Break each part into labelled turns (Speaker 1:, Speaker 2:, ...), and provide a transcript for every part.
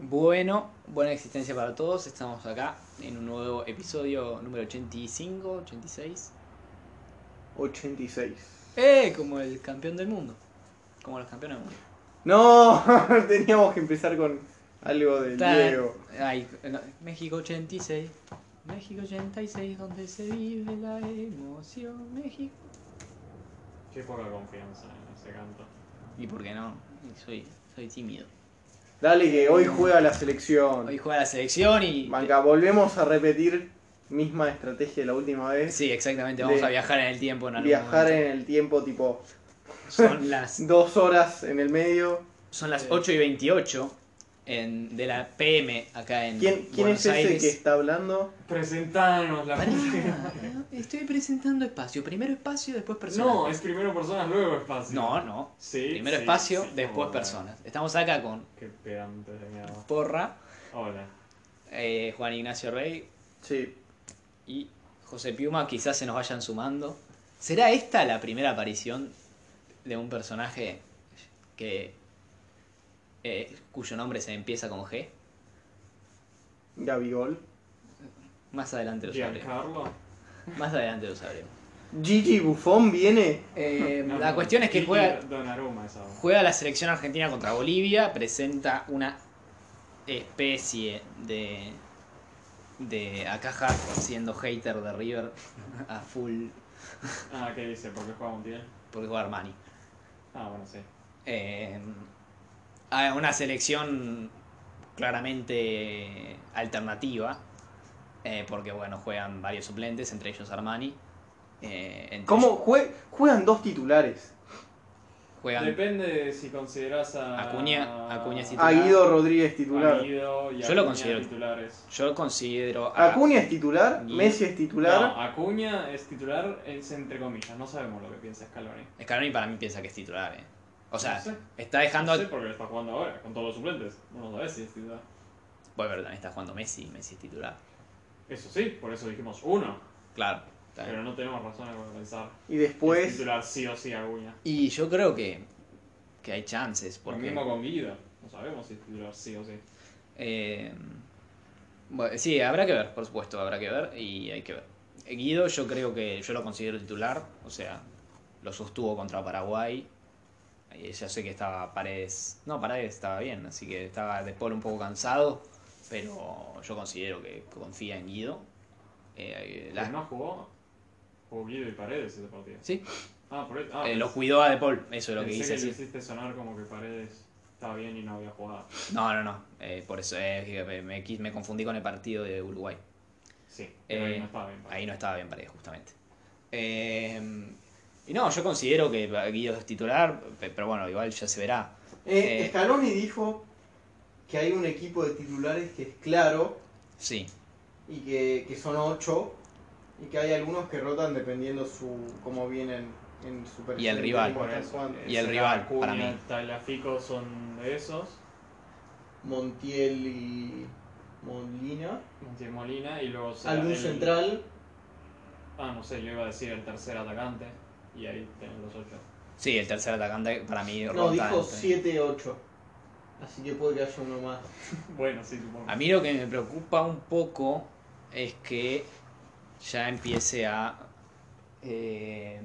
Speaker 1: Bueno, buena existencia para todos. Estamos acá en un nuevo episodio número 85, 86.
Speaker 2: 86.
Speaker 1: ¡Eh! Como el campeón del mundo. Como los campeones del mundo.
Speaker 2: No, teníamos que empezar con algo del
Speaker 1: Ta-
Speaker 2: Diego.
Speaker 1: Ay, no, México 86. México 86, donde se vive la emoción. México.
Speaker 3: Qué poca confianza en ese canto.
Speaker 1: ¿Y por qué no? Soy, soy tímido.
Speaker 2: Dale que hoy juega la selección.
Speaker 1: Hoy juega la selección y.
Speaker 2: Banca, volvemos a repetir misma estrategia de la última vez.
Speaker 1: Sí, exactamente. Vamos
Speaker 2: De-
Speaker 1: a viajar en el tiempo en algún
Speaker 2: Viajar
Speaker 1: momento.
Speaker 2: en el tiempo tipo
Speaker 1: Son las
Speaker 2: dos horas en el medio.
Speaker 1: Son las
Speaker 2: Eh.
Speaker 1: 8 y 28 en- de la PM acá en
Speaker 2: ¿Quién, quién
Speaker 1: Buenos
Speaker 2: es ese
Speaker 1: Aires. Ah,
Speaker 2: que está hablando?
Speaker 3: Presentanos la
Speaker 1: Pará,
Speaker 3: música.
Speaker 1: estoy presentando espacio. Primero espacio, después personas.
Speaker 3: No, es primero personas, luego espacio.
Speaker 1: no. no.
Speaker 3: Sí.
Speaker 1: Primero
Speaker 3: sí,
Speaker 1: espacio,
Speaker 3: sí,
Speaker 1: después
Speaker 3: hola.
Speaker 1: personas. Estamos acá con
Speaker 3: Qué pedantes de mierda.
Speaker 1: Porra,
Speaker 3: Hola.
Speaker 1: eh, Juan Ignacio Rey
Speaker 2: Sí.
Speaker 1: y José Piuma. Quizás se nos vayan sumando. ¿Será esta la primera aparición de un personaje que eh, cuyo nombre se empieza con G?
Speaker 2: Gabigol.
Speaker 1: Más adelante lo sabremos.
Speaker 3: Giancarlo.
Speaker 1: Más adelante lo sabremos.
Speaker 2: Gigi Buffon viene.
Speaker 1: Eh,
Speaker 3: No,
Speaker 1: la
Speaker 3: no,
Speaker 1: cuestión es que
Speaker 3: Gigi
Speaker 1: juega,
Speaker 3: Donnarumma es ahora.
Speaker 1: juega la selección argentina contra Bolivia, presenta una especie de. de Akaja siendo hater de River a full
Speaker 3: Ah, ¿qué dice? ¿Por qué juega Montiel?
Speaker 1: porque juega Armani.
Speaker 3: Ah, bueno, sí.
Speaker 1: Eh, a una selección claramente alternativa. eh, porque bueno, juegan varios suplentes, entre ellos Armani. eh, entre
Speaker 2: ¿Cómo
Speaker 1: ellos
Speaker 2: Jue- juegan dos titulares?
Speaker 1: juegan?
Speaker 3: Depende de si consideras a.
Speaker 1: Acuña- Acuña es
Speaker 2: A
Speaker 1: Titular.
Speaker 2: Guido Rodríguez
Speaker 3: a
Speaker 2: titular.
Speaker 3: Guido y a
Speaker 1: Yo lo
Speaker 3: Acuña
Speaker 1: considero.
Speaker 3: titulares.
Speaker 1: Yo considero a-
Speaker 2: Acuña es titular,
Speaker 1: Guido.
Speaker 2: Messi es titular.
Speaker 3: No, Acuña es titular, es entre comillas. No sabemos lo que piensa Scaloni.
Speaker 1: Scaloni para mí piensa que es titular, eh. O sea,
Speaker 3: No sé.
Speaker 1: está dejando.
Speaker 3: No sé por qué lo está jugando ahora, con todos los suplentes. No sabes si es titular.
Speaker 1: Bueno, Pues, pero también está jugando Messi, Messi es titular.
Speaker 3: Eso sí, por eso dijimos uno.
Speaker 1: Claro. está bien.
Speaker 3: Pero no tenemos razones para pensar.
Speaker 2: Y
Speaker 3: Es
Speaker 2: después.
Speaker 3: titular sí o sí Aguña.
Speaker 1: Y yo creo que, que hay chances,
Speaker 3: Lo
Speaker 1: porque.
Speaker 3: mismo con Guido. No sabemos si es titular sí o sí.
Speaker 1: eh, bueno, sí, habrá que ver, por supuesto, habrá que ver y hay que ver. Eh, Guido, yo creo que yo lo considero titular, o sea, lo sostuvo contra Paraguay. Eh, Ya sé que estaba Paredes. No, Paredes estaba bien, así que estaba después un poco cansado, pero yo considero que confía en Guido. Eh,
Speaker 3: Pero
Speaker 1: las-
Speaker 3: no jugó. Jugó Guido y Paredes ese partido.
Speaker 1: Sí,
Speaker 3: Ah, por eso. Ah,
Speaker 1: Eh,
Speaker 3: pensé-
Speaker 1: lo cuidó a De Paul, eso es lo que dice.
Speaker 3: pensé que
Speaker 1: sí.
Speaker 3: le hiciste sonar como que Paredes estaba bien y no había jugado.
Speaker 1: No, no, no. Eh, por eso eh, que me, me quis- me confundí con el partido de Uruguay.
Speaker 3: Sí,
Speaker 1: Eh,
Speaker 3: pero ahí no estaba bien.
Speaker 1: Ahí no estaba bien Paredes, justamente. Eh, y no, yo considero que Guido es titular, pe- pero bueno, igual ya se verá.
Speaker 2: Eh,
Speaker 1: Eh,
Speaker 2: Scaloni dijo que hay un equipo de titulares que es claro
Speaker 1: Sí,
Speaker 2: y que, que son ocho y que hay algunos que rotan dependiendo su cómo vienen en su
Speaker 1: Y el
Speaker 2: presente,
Speaker 1: rival.
Speaker 2: cómo
Speaker 3: Por
Speaker 2: están
Speaker 3: eso,
Speaker 2: jugando.
Speaker 3: eh,
Speaker 1: Y el
Speaker 3: será
Speaker 1: rival,
Speaker 3: Acuña,
Speaker 1: para mí.
Speaker 3: Tagliafico son de esos.
Speaker 1: eh.
Speaker 2: Montiel y Molina,
Speaker 3: Montiel Molina y luego será
Speaker 2: algún
Speaker 3: el-
Speaker 2: central,
Speaker 3: Ah, no sé, yo iba a decir el tercer atacante. Y ahí tenés los ocho.
Speaker 1: sí, el tercer atacante para mí
Speaker 2: no
Speaker 1: rota
Speaker 2: dijo
Speaker 1: entre-
Speaker 2: 7 8. Así que puede que haya uno más.
Speaker 3: Bueno, sí, supongo.
Speaker 1: A mí lo que me preocupa un poco es que ya empiece a. eh,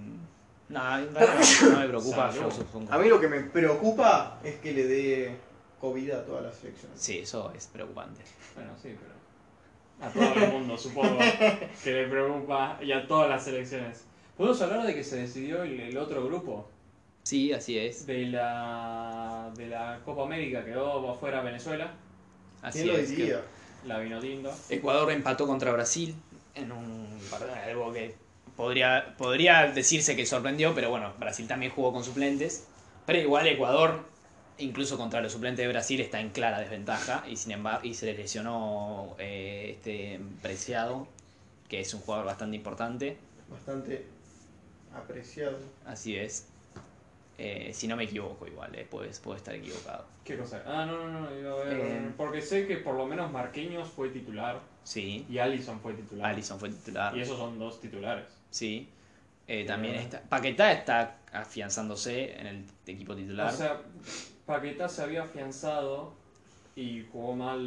Speaker 1: no, en realidad no me preocupa, yo
Speaker 3: Salud.
Speaker 1: supongo.
Speaker 2: A mí lo que me preocupa es que le dé COVID a toda la selección.
Speaker 1: Sí, eso es preocupante.
Speaker 3: Bueno, sí, pero. A todo el mundo, supongo, que le preocupa y a todas las selecciones. ¿Podemos hablar de que se decidió el, el otro grupo?
Speaker 1: Sí, así es.
Speaker 3: De la, de la Copa América quedó afuera Venezuela,
Speaker 1: Así
Speaker 2: ¿Quién lo
Speaker 1: es, que-
Speaker 2: diría?
Speaker 3: la vino tinto.
Speaker 1: Ecuador empató contra Brasil en un partido algo que podría, podría decirse que sorprendió, pero bueno, Brasil también jugó con suplentes. Pero igual Ecuador, incluso contra los suplentes de Brasil, está en clara desventaja y sin embargo y se les lesionó eh, este preciado, que es un jugador bastante importante.
Speaker 2: Bastante apreciado.
Speaker 1: Así es. Eh, si no me equivoco, igual, eh, puedes- puedo estar equivocado.
Speaker 3: ¿Qué cosa? Ah, no, no, no, iba a ver.
Speaker 1: Eh.
Speaker 3: Porque sé que por lo menos Marquinhos fue titular
Speaker 1: Sí,
Speaker 3: y Allison fue titular.
Speaker 1: Allison fue titular.
Speaker 3: Y esos son dos titulares.
Speaker 1: Sí. Eh, también
Speaker 3: Eh.
Speaker 1: está. Paquetá está afianzándose en el equipo titular.
Speaker 3: O sea, Paquetá se había afianzado y jugó mal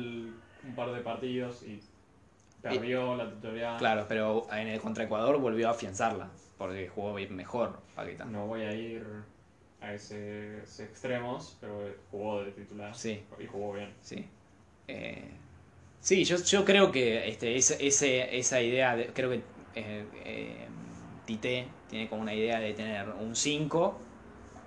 Speaker 3: un par de partidos y perdió la titularidad.
Speaker 1: Claro, pero en el contra Ecuador volvió a afianzarla, porque jugó bien mejor Paquita.
Speaker 3: No voy a ir a ese- esos extremos, pero jugó de titular
Speaker 1: Sí.
Speaker 3: y jugó bien.
Speaker 1: Sí. Eh, sí, yo, yo creo que este, ese- ese- esa idea, de- creo que eh, eh, Tite tiene como una idea de tener un 5,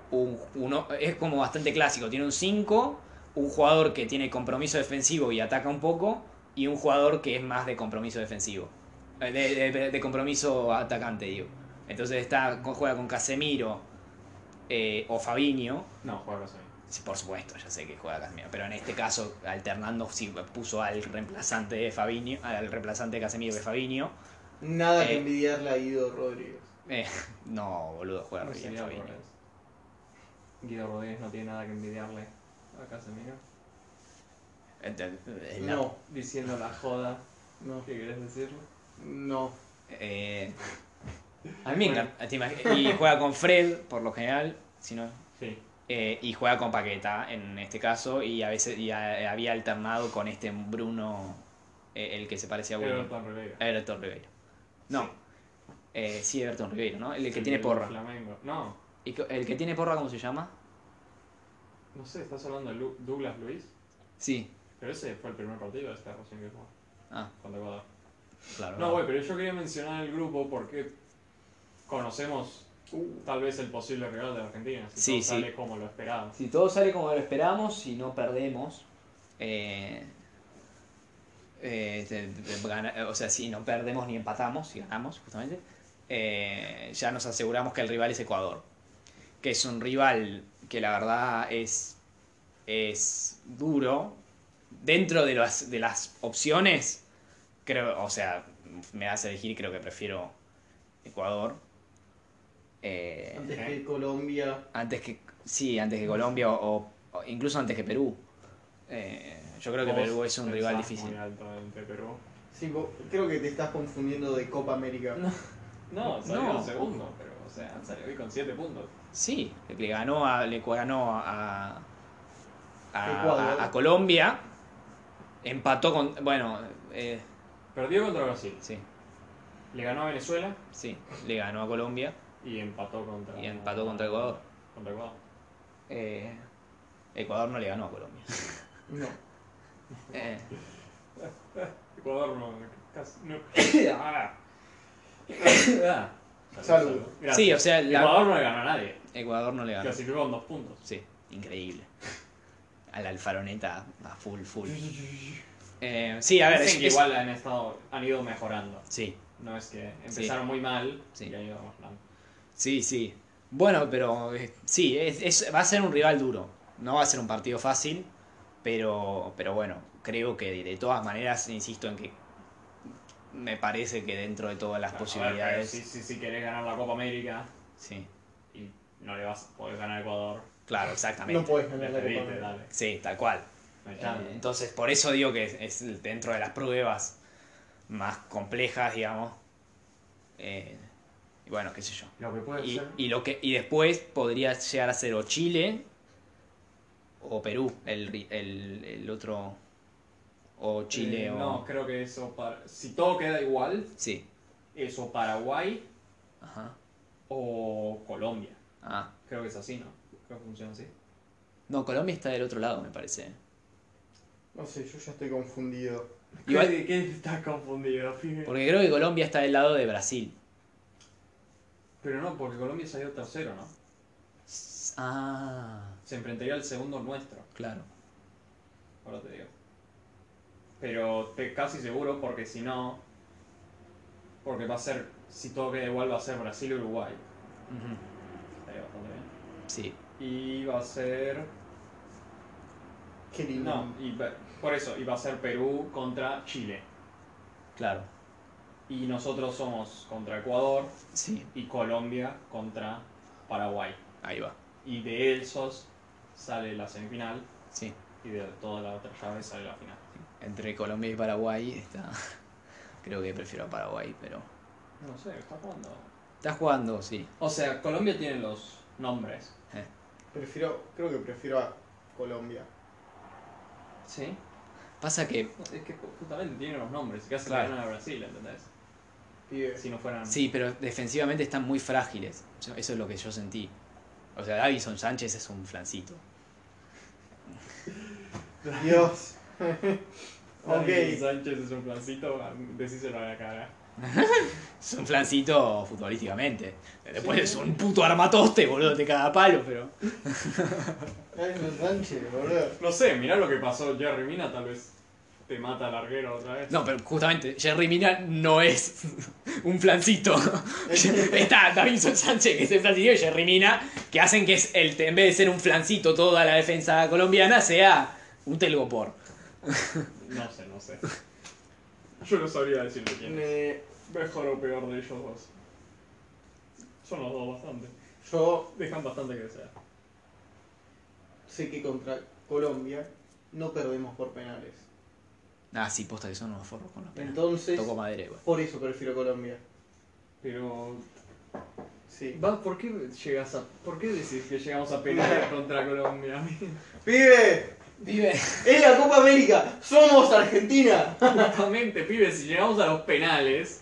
Speaker 1: un, uno, es como bastante clásico, tiene un 5, un jugador que tiene compromiso defensivo y ataca un poco, y un jugador que es más de compromiso defensivo, eh, de, de- de compromiso atacante, digo. Entonces está, con- juega con Casemiro eh, o Fabinho,
Speaker 3: No, juega Casemiro.
Speaker 1: Sí, por supuesto, ya sé que juega Casemiro, pero en este caso, alternando, sí, puso al reemplazante de Fabinho, al reemplazante de Casemiro que es Fabinho.
Speaker 2: Nada que
Speaker 1: Eh.
Speaker 2: envidiarle a Guido Rodríguez.
Speaker 1: Eh, no, boludo, juega
Speaker 3: No
Speaker 1: re bien
Speaker 3: sería
Speaker 1: Fabinho.
Speaker 3: Rodríguez. Guido Rodríguez no tiene nada que envidiarle a Casemiro.
Speaker 1: Ente- eh, la-
Speaker 2: No,
Speaker 3: Diciendo la joda,
Speaker 2: no,
Speaker 3: ¿qué querés decirlo?
Speaker 2: no.
Speaker 1: eh, a mí me encanta. te imag- Y juega con Fred, por lo general, si no,
Speaker 3: Sí.
Speaker 1: eh, y juega con Paqueta, en este caso, y a veces y a- eh, había alternado con este Bruno, eh, el que se parece a Bruno.
Speaker 3: Everton Ribeiro.
Speaker 1: Everton Ribeiro. No,
Speaker 3: Sí.
Speaker 1: eh, sí, Everton Ribeiro, ¿no? El que
Speaker 3: El
Speaker 1: tiene
Speaker 3: del
Speaker 1: porra.
Speaker 3: Flamengo. No,
Speaker 1: ¿Y co- el que tiene porra cómo se llama?
Speaker 3: no sé, ¿estás hablando de Lu- Douglas Luis?
Speaker 1: Sí.
Speaker 3: Pero ese fue el primer partido de esta recién que jugó
Speaker 1: Ah,
Speaker 3: contra Ecuador.
Speaker 1: claro.
Speaker 3: No, güey, pero yo quería mencionar el grupo porque conocemos tal vez el posible rival de la Argentina. Si
Speaker 1: Sí,
Speaker 3: todo
Speaker 1: sí.
Speaker 3: sale como lo esperado.
Speaker 1: Si todo sale como lo esperamos, si no perdemos, eh, eh, te- te- gana- eh, o sea, si no perdemos ni empatamos, si ganamos, justamente, eh, ya nos aseguramos que el rival es Ecuador. Que es un rival que la verdad es, es duro. Dentro de las, de las opciones, creo, o sea, me das a elegir y creo que prefiero Ecuador. Eh,
Speaker 2: Antes
Speaker 3: Eh.
Speaker 2: que Colombia.
Speaker 1: antes que sí, antes que Colombia o, o incluso antes que Perú. Eh, yo creo que
Speaker 3: Vos
Speaker 1: Perú es un
Speaker 3: pensás
Speaker 1: rival
Speaker 3: Muy
Speaker 1: difícil.
Speaker 3: alto entre Perú.
Speaker 2: Sí, vos- creo que te estás confundiendo de Copa América.
Speaker 3: No. No, salió
Speaker 1: No.
Speaker 3: segundo, pero o sea, salió hoy con 7 puntos.
Speaker 1: Sí, le ganó a, le ganó a, a,
Speaker 2: Ecuador.
Speaker 1: a- a Colombia, empató con bueno, eh,
Speaker 3: Perdió contra Brasil,
Speaker 1: sí,
Speaker 3: le ganó a Venezuela
Speaker 1: sí, le ganó a Colombia,
Speaker 3: y empató contra
Speaker 1: Y empató contra Ecuador.
Speaker 3: Contra Ecuador.
Speaker 1: Eh, Ecuador no le ganó a Colombia.
Speaker 2: No.
Speaker 1: Eh,
Speaker 3: Ecuador no, casi no. Ah. Ah.
Speaker 2: Salud.
Speaker 3: Gracias.
Speaker 1: sí, o sea, la-
Speaker 3: Ecuador no le ganó a nadie.
Speaker 1: Ecuador no le ganó.
Speaker 3: Clasificó con 2 puntos.
Speaker 1: Sí, increíble. A la alfaroneta a full, full. Eh, sí, a ver, es-
Speaker 3: Dicen que
Speaker 1: es-
Speaker 3: igual han estado, han ido mejorando.
Speaker 1: sí,
Speaker 3: No es que empezaron muy mal
Speaker 1: Sí.
Speaker 3: y han ido mejorando.
Speaker 1: Sí, sí. Bueno, pero eh, sí, es, es- va a ser un rival duro. No va a ser un partido fácil, pero, pero bueno, creo que de, de todas maneras, insisto en que me parece que dentro de todas las
Speaker 3: Claro, a ver,
Speaker 1: posibilidades...
Speaker 3: pero si, si, si querés ganar la Copa América
Speaker 1: Sí,
Speaker 3: y no le vas a poder ganar a Ecuador,
Speaker 1: claro,
Speaker 2: No
Speaker 1: exactamente.
Speaker 2: puedes ganar la Copa
Speaker 3: despedite,
Speaker 2: América.
Speaker 3: dale.
Speaker 1: Sí, tal cual.
Speaker 3: No hay
Speaker 1: Eh,
Speaker 3: chance.
Speaker 1: Entonces, por eso digo que es, es dentro de las pruebas más complejas, digamos. Eh, y bueno, qué sé yo.
Speaker 3: Lo que puede
Speaker 1: Y,
Speaker 3: ser.
Speaker 1: y lo que, y después podría llegar a ser o Chile o Perú, el, ri- el, el otro. O Chile
Speaker 3: Eh,
Speaker 1: o.
Speaker 3: No, creo que eso. Para... Si todo queda igual,
Speaker 1: Sí.
Speaker 3: eso Paraguay
Speaker 1: Ajá.
Speaker 3: o Colombia.
Speaker 1: Ah.
Speaker 3: Creo que es así, ¿no? Creo que funciona así.
Speaker 1: No, Colombia está del otro lado, me parece. ¿eh?
Speaker 2: No sé, yo ya estoy confundido.
Speaker 1: Igual-
Speaker 3: ¿Qué, qué estás confundido, pibe?
Speaker 1: Porque creo que Colombia está del lado de Brasil.
Speaker 3: Pero no, porque Colombia salió tercero, ¿no?
Speaker 1: Ah,
Speaker 3: Se enfrentaría al segundo nuestro.
Speaker 1: claro.
Speaker 3: Ahora te digo. Pero te- casi seguro, porque si no. Porque va a ser. Si todo queda igual, va a ser Brasil-Uruguay.
Speaker 1: Ujú.
Speaker 3: Estaría bastante bien.
Speaker 1: Sí.
Speaker 3: Y va a ser.
Speaker 2: Qué lindo.
Speaker 3: No, y va- por eso. Y va a ser Perú contra Chile.
Speaker 1: Claro.
Speaker 3: Y nosotros somos contra Ecuador
Speaker 1: Sí.
Speaker 3: y Colombia contra Paraguay.
Speaker 1: Ahí va.
Speaker 3: Y de esos sale la semifinal
Speaker 1: Sí.
Speaker 3: y de toda la otra llave sale la final.
Speaker 1: Entre Colombia y Paraguay está. Creo que prefiero a Paraguay, pero.
Speaker 3: No sé, está jugando.
Speaker 1: Está jugando, sí.
Speaker 3: O sea, Colombia tiene los nombres.
Speaker 2: Prefiero, creo que prefiero a Colombia.
Speaker 3: Sí.
Speaker 1: Pasa que,
Speaker 3: Es que justamente tienen los nombres que hacen
Speaker 1: Claro.
Speaker 3: que ganan a Brasil, ¿entendés?
Speaker 2: Pibe.
Speaker 3: Si no fueran.
Speaker 1: sí, pero defensivamente están muy frágiles. Yo- Eso es lo que yo sentí. O sea, Davison Sánchez es un flancito.
Speaker 2: Dios. ok.
Speaker 3: Daniel Sánchez es un ah, plancito, decíselo a la cara.
Speaker 1: Es un flancito futbolísticamente. Después
Speaker 3: Sí.
Speaker 1: es un puto armatoste, boludo, de cada palo, pero.
Speaker 2: Nelson Sánchez, boludo.
Speaker 3: No sé, mirá lo que pasó Jerry Mina, tal vez te mata al larguero otra vez.
Speaker 1: No, pero justamente, Jerry Mina no es un flancito. Está Davinson Sánchez, que es el flancito, y Jerry Mina, que hacen que es el, en vez de ser un flancito toda la defensa colombiana, sea un telgopor.
Speaker 3: No sé, no sé. Yo no sabría decirle quién es.
Speaker 2: Me-
Speaker 3: Mejor o peor de ellos dos. Son los dos bastante.
Speaker 2: yo
Speaker 3: Dejan bastante que desear.
Speaker 2: sé que contra Colombia no perdemos por penales.
Speaker 1: Ah, sí, posta que son unos forros con los penas.
Speaker 2: Entonces,
Speaker 1: Toco madera igual.
Speaker 2: por eso prefiero Colombia.
Speaker 3: Pero.
Speaker 2: Sí.
Speaker 3: Va, ¿por qué llegas a. ¿Por qué decís que llegamos a pelear contra Colombia?
Speaker 2: ¡Pibe!
Speaker 1: Vive.
Speaker 2: ¡Es la Copa América! ¡Somos Argentina!
Speaker 3: Justamente, pibes, si llegamos a los penales.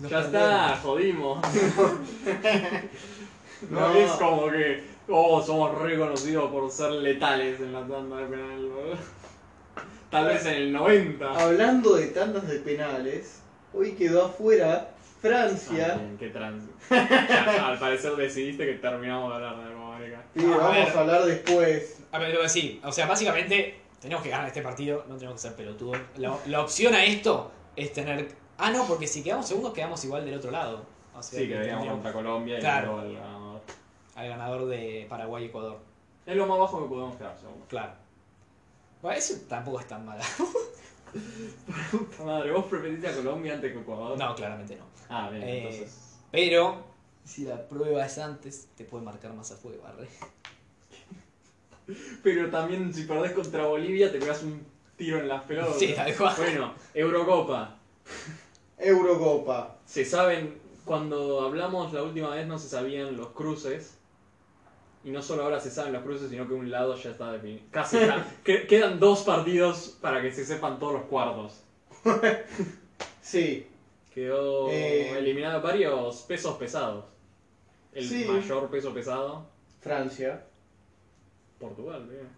Speaker 1: Los
Speaker 3: ya está, jodimos. no,
Speaker 2: No.
Speaker 3: es como que. Oh, somos reconocidos por ser letales en la tanda de penal, boludo. Tal vez en el 90.
Speaker 2: Hablando de tantas de penales, hoy quedó afuera
Speaker 3: Ah,
Speaker 2: Francia.
Speaker 3: bien, qué trance. Ya, al parecer decidiste que terminamos de hablar de Copa América.
Speaker 2: Pibe,
Speaker 1: A
Speaker 2: vamos
Speaker 1: ver.
Speaker 2: a hablar después.
Speaker 1: A ver, lo que sí, o sea, básicamente tenemos que ganar este partido, no tenemos que ser pelotudos. La, la opción a esto es tener. Ah, no, porque si quedamos segundos, quedamos igual del otro lado. O sea,
Speaker 3: Sí, que veníamos
Speaker 1: tendríamos
Speaker 3: contra Colombia y
Speaker 1: Claro.
Speaker 3: luego el ganador.
Speaker 1: al ganador de Paraguay y Ecuador.
Speaker 3: Es lo más bajo que podemos quedar, seguro.
Speaker 1: Claro. Bueno, eso tampoco es tan mala.
Speaker 3: Puta madre, vos preferiste a Colombia antes que Ecuador.
Speaker 1: No, claramente no.
Speaker 3: Ah, bien,
Speaker 1: Eh,
Speaker 3: entonces.
Speaker 1: Pero, si la prueba es antes, te puede marcar más a fuego, arre.
Speaker 3: Pero también si perdés contra Bolivia te pegas un tiro en las pelotas.
Speaker 1: Sí, tal cual.
Speaker 3: Bueno, Eurocopa.
Speaker 2: Eurocopa.
Speaker 3: Se saben, cuando hablamos la última vez no se sabían los cruces. Y no solo ahora se saben los cruces, sino que un lado ya está definido. Casi está. Que- Quedan dos partidos para que se sepan todos los cuartos.
Speaker 2: Sí.
Speaker 3: Quedó
Speaker 2: Eh.
Speaker 3: eliminado varios pesos pesados. El
Speaker 2: Sí.
Speaker 3: mayor peso pesado,
Speaker 2: Francia.
Speaker 3: Portugal. eh. bien.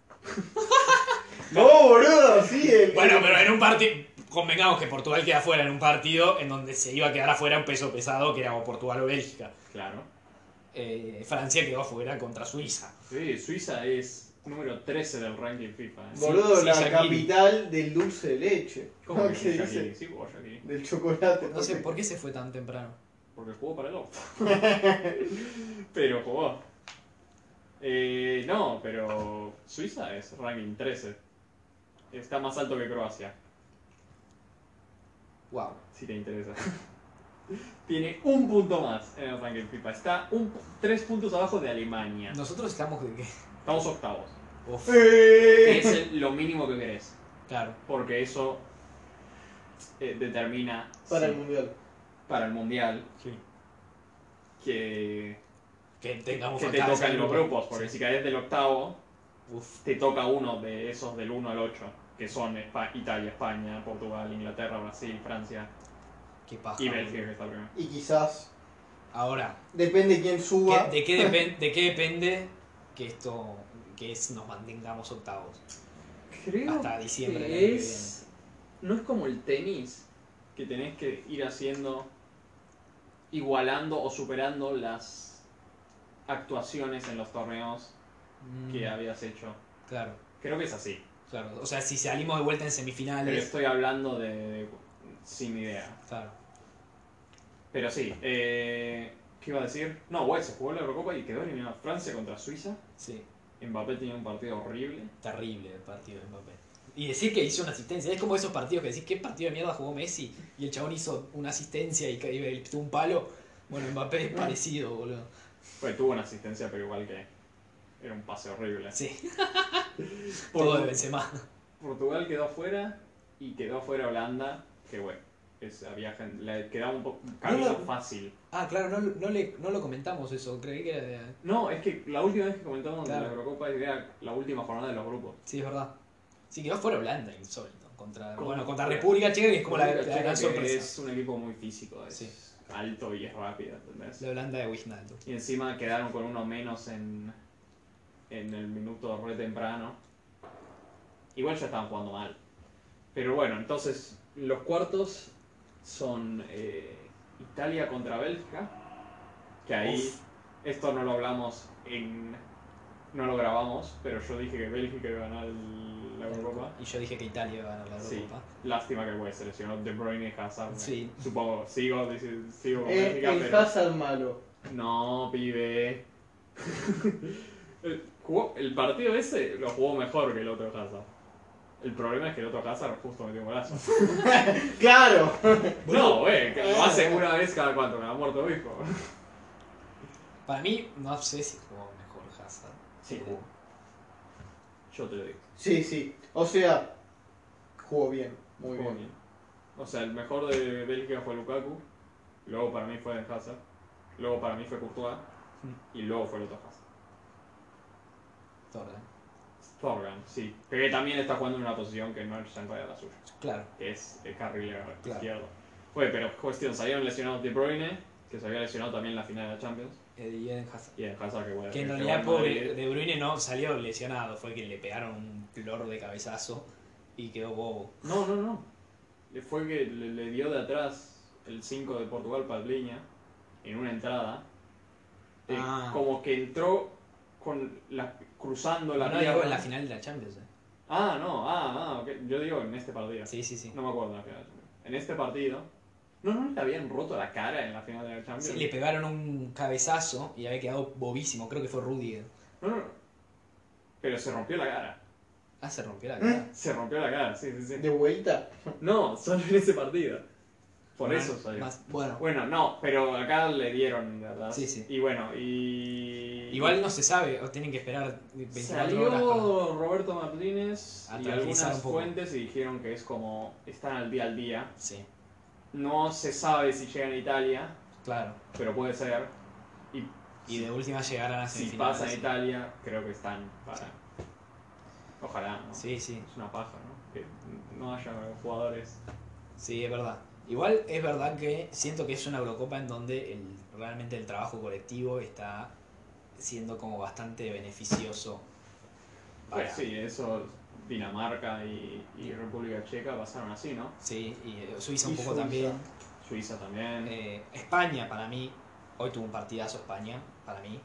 Speaker 2: ¡No, boludo! Sí, el-
Speaker 1: Bueno, pero en un partido. Convengamos que Portugal queda fuera en un partido en donde se iba a quedar afuera un peso pesado que era o Portugal o Bélgica.
Speaker 3: Claro.
Speaker 1: Eh, Francia quedó afuera contra Suiza.
Speaker 3: Sí, Suiza es número 13 del ranking FIFA. ¿eh?
Speaker 2: Boludo,
Speaker 1: sí,
Speaker 2: la
Speaker 1: Shaquille.
Speaker 2: capital del dulce de leche.
Speaker 3: ¿Cómo que
Speaker 2: ¿Qué
Speaker 3: Shakiri?
Speaker 2: dice?
Speaker 3: Sí, jugó Shakiri.
Speaker 2: Del chocolate.
Speaker 1: No sé por qué se fue tan temprano.
Speaker 3: Porque jugó para el otro. pero jugó. Eh, no, pero Suiza es ranking 13. Está más alto que Croacia,
Speaker 1: Wow.
Speaker 3: si te interesa. Tiene un punto más en el ranking FIFA. Está un, pu- tres puntos abajo de Alemania.
Speaker 1: Nosotros estamos de qué.
Speaker 3: Estamos octavos.
Speaker 1: Uf,
Speaker 3: Que
Speaker 2: ¡Eh!
Speaker 3: es el- lo mínimo que querés.
Speaker 1: claro.
Speaker 3: Porque eso eh, determina
Speaker 2: Para
Speaker 3: si-
Speaker 2: el mundial.
Speaker 3: para el mundial
Speaker 1: Sí.
Speaker 3: que,
Speaker 1: Que tengamos
Speaker 3: que te
Speaker 1: acá
Speaker 3: toca
Speaker 1: ese
Speaker 3: en los
Speaker 1: grupo.
Speaker 3: grupos. Porque
Speaker 1: Sí.
Speaker 3: si caes del octavo,
Speaker 1: Uf.
Speaker 3: te toca uno de esos del 1 al 8, que son Espa- Italia, España, Portugal, Inglaterra, Brasil, Francia
Speaker 1: Qué paja.
Speaker 3: y
Speaker 1: boludo.
Speaker 3: Bélgica, que está primero.
Speaker 2: Y quizás.
Speaker 1: Ahora,
Speaker 2: Depende quién
Speaker 1: ¿qué-
Speaker 2: suba. eh,
Speaker 1: ¿de qué, depen- ¿de qué depende que esto. que es, nos mantengamos octavos?
Speaker 3: Creo
Speaker 1: Hasta diciembre del año
Speaker 3: que es... No es como el tenis, que tenés que ir haciendo, igualando o superando las actuaciones en los torneos
Speaker 1: Mm,
Speaker 3: que habías hecho.
Speaker 1: Claro,
Speaker 3: Creo que es así,
Speaker 1: claro. O sea, si salimos de vuelta en
Speaker 3: pero
Speaker 1: semifinales.
Speaker 3: estoy hablando de... de- sin idea.
Speaker 1: Claro.
Speaker 3: Pero sí, eh, ¿qué iba a decir? No, Guay se jugó la Eurocopa y quedó eliminado Francia contra Suiza.
Speaker 1: Sí.
Speaker 3: Mbappé tenía un partido horrible.
Speaker 1: Terrible el partido de Mbappé. Y decir que hizo una asistencia. Es como esos partidos que decís, ¿qué partido de mierda jugó Messi? Y el chabón hizo una asistencia y ca- y tuvo un palo. Bueno, Mbappé es parecido, boludo.
Speaker 3: Bueno, Pues tuvo una asistencia, pero igual que era un pase horrible.
Speaker 1: Sí,
Speaker 3: Por-
Speaker 1: todo de Benzema.
Speaker 3: Portugal quedó afuera y quedó afuera Holanda, que bueno, es, había gen- le quedaba un po- camino
Speaker 1: no.
Speaker 3: fácil.
Speaker 1: Ah, claro, no, no, le, no lo comentamos eso. Creí que era de...
Speaker 3: No, es que la última vez que comentamos de
Speaker 1: Claro.
Speaker 3: la Eurocopa era la última jornada de los grupos.
Speaker 1: Sí, es verdad. Sí, quedó fuera Holanda insólito. Contra,
Speaker 3: Con-
Speaker 1: bueno, contra República Checa, que es como la, la
Speaker 3: República Checa,
Speaker 1: gran
Speaker 3: que
Speaker 1: sorpresa.
Speaker 3: Es un equipo muy físico, es
Speaker 1: Sí.
Speaker 3: alto y es rápido, ¿entendés?
Speaker 1: La Holanda de Wijnaldum.
Speaker 3: Y encima quedaron con uno menos en, en el minuto re temprano. Igual ya estaban jugando mal. Pero bueno, entonces los cuartos son eh, Italia contra Bélgica. Que ahí, esto no lo hablamos en... No lo grabamos, pero yo dije que Bélgica iba a ganar el- la Eurocopa.
Speaker 1: Y yo dije que Italia iba a ganar la
Speaker 3: Sí,
Speaker 1: Eurocopa.
Speaker 3: lástima que güey, seleccionó De Bruyne y Hazard.
Speaker 1: Sí.
Speaker 3: Supongo, sigo, dice- sigo con
Speaker 2: Eh,
Speaker 3: Bélgica,
Speaker 2: el
Speaker 3: pero...
Speaker 2: Hazard malo.
Speaker 3: No, pibe. el, jugó- el partido ese lo jugó mejor que el otro Hazard. El problema es que el otro Hazard justo metió un golazo.
Speaker 2: ¡Claro!
Speaker 3: no, güey, que
Speaker 2: eh.
Speaker 3: lo hace una vez cada cuatro, me ha muerto hijo.
Speaker 1: Para mí, no sé si jugó mejor Hazard.
Speaker 3: Sí. Yo te lo digo.
Speaker 2: Sí, sí. O sea, jugó bien. Muy
Speaker 3: Jugó
Speaker 2: bien.
Speaker 3: bien. O sea, el mejor de Bélgica fue Lukaku. Luego para mí fue Den Hazard. Luego para mí fue Courtois.
Speaker 2: Mm.
Speaker 3: Y luego fue el otro Hazard.
Speaker 1: Torre.
Speaker 3: Thorgan, sí. Pero que también está jugando en una posición que no es en realidad la suya,
Speaker 1: Claro.
Speaker 3: que es el carrilero
Speaker 1: Claro.
Speaker 3: izquierdo. Oye, pero cuestión, salieron lesionados De Bruyne, que se había lesionado también en la final de la Champions,
Speaker 1: Eh, Y Eden Hazard.
Speaker 3: y en Hazard que bueno.
Speaker 1: Que en
Speaker 3: llegó
Speaker 1: realidad
Speaker 3: al
Speaker 1: pobre
Speaker 3: Madrid.
Speaker 1: De Bruyne no salió lesionado, fue que le pegaron un flor de cabezazo y quedó bobo.
Speaker 3: No, no, no. Le fue que le, le dio de atrás el 5 de Portugal Paldiña en una entrada. Eh,
Speaker 1: Ah.
Speaker 3: Como que entró con la, cruzando la
Speaker 1: no
Speaker 3: pierna.
Speaker 1: digo en la final de la Champions. eh.
Speaker 3: Ah, no, ah, ah, ok. Yo digo en este partido.
Speaker 1: Sí, sí, sí.
Speaker 3: No me acuerdo la final. En este partido. No, no le habían roto la cara en la final de la Champions.
Speaker 1: Sí, le pegaron un cabezazo y había quedado bobísimo, creo que fue eh. Rudiger.
Speaker 3: No, no, no. Mm. Pero se rompió la cara.
Speaker 1: Ah, se rompió la cara.
Speaker 3: Se rompió la cara, sí, sí, sí.
Speaker 2: De vuelta.
Speaker 3: No, solo en ese partido. Por
Speaker 1: Bueno,
Speaker 3: eso salió.
Speaker 1: más- bueno,
Speaker 3: Bueno, no, pero acá le dieron, ¿verdad?
Speaker 1: Sí, sí.
Speaker 3: Y bueno, y.
Speaker 1: igual no se sabe, o tienen que esperar 24
Speaker 3: Salió
Speaker 1: horas. para-
Speaker 3: Roberto Martínez
Speaker 1: A
Speaker 3: y
Speaker 1: tranquilizar
Speaker 3: algunas
Speaker 1: un poco.
Speaker 3: fuentes y dijeron que es como están al día al día.
Speaker 1: Sí,
Speaker 3: No se sabe si llegan a Italia,
Speaker 1: claro.
Speaker 3: pero puede ser. Y
Speaker 1: Y de última llegarán a
Speaker 3: Si
Speaker 1: semifinales.
Speaker 3: pasa en Italia, creo que están para. Ojalá, ¿no?
Speaker 1: Sí, sí,
Speaker 3: Es una paja, ¿no? Que no haya jugadores.
Speaker 1: sí, es verdad. Igual es verdad que siento que es una Eurocopa en donde el, realmente el trabajo colectivo está siendo como bastante beneficioso. para-
Speaker 3: Pues sí, eso Dinamarca y, y República Checa pasaron así, ¿no?
Speaker 1: Sí, y eh, Suiza un
Speaker 2: Y
Speaker 1: poco
Speaker 2: Suiza.
Speaker 1: también.
Speaker 3: Suiza también.
Speaker 1: Eh, España, para mí, hoy tuvo un partidazo España, para mí.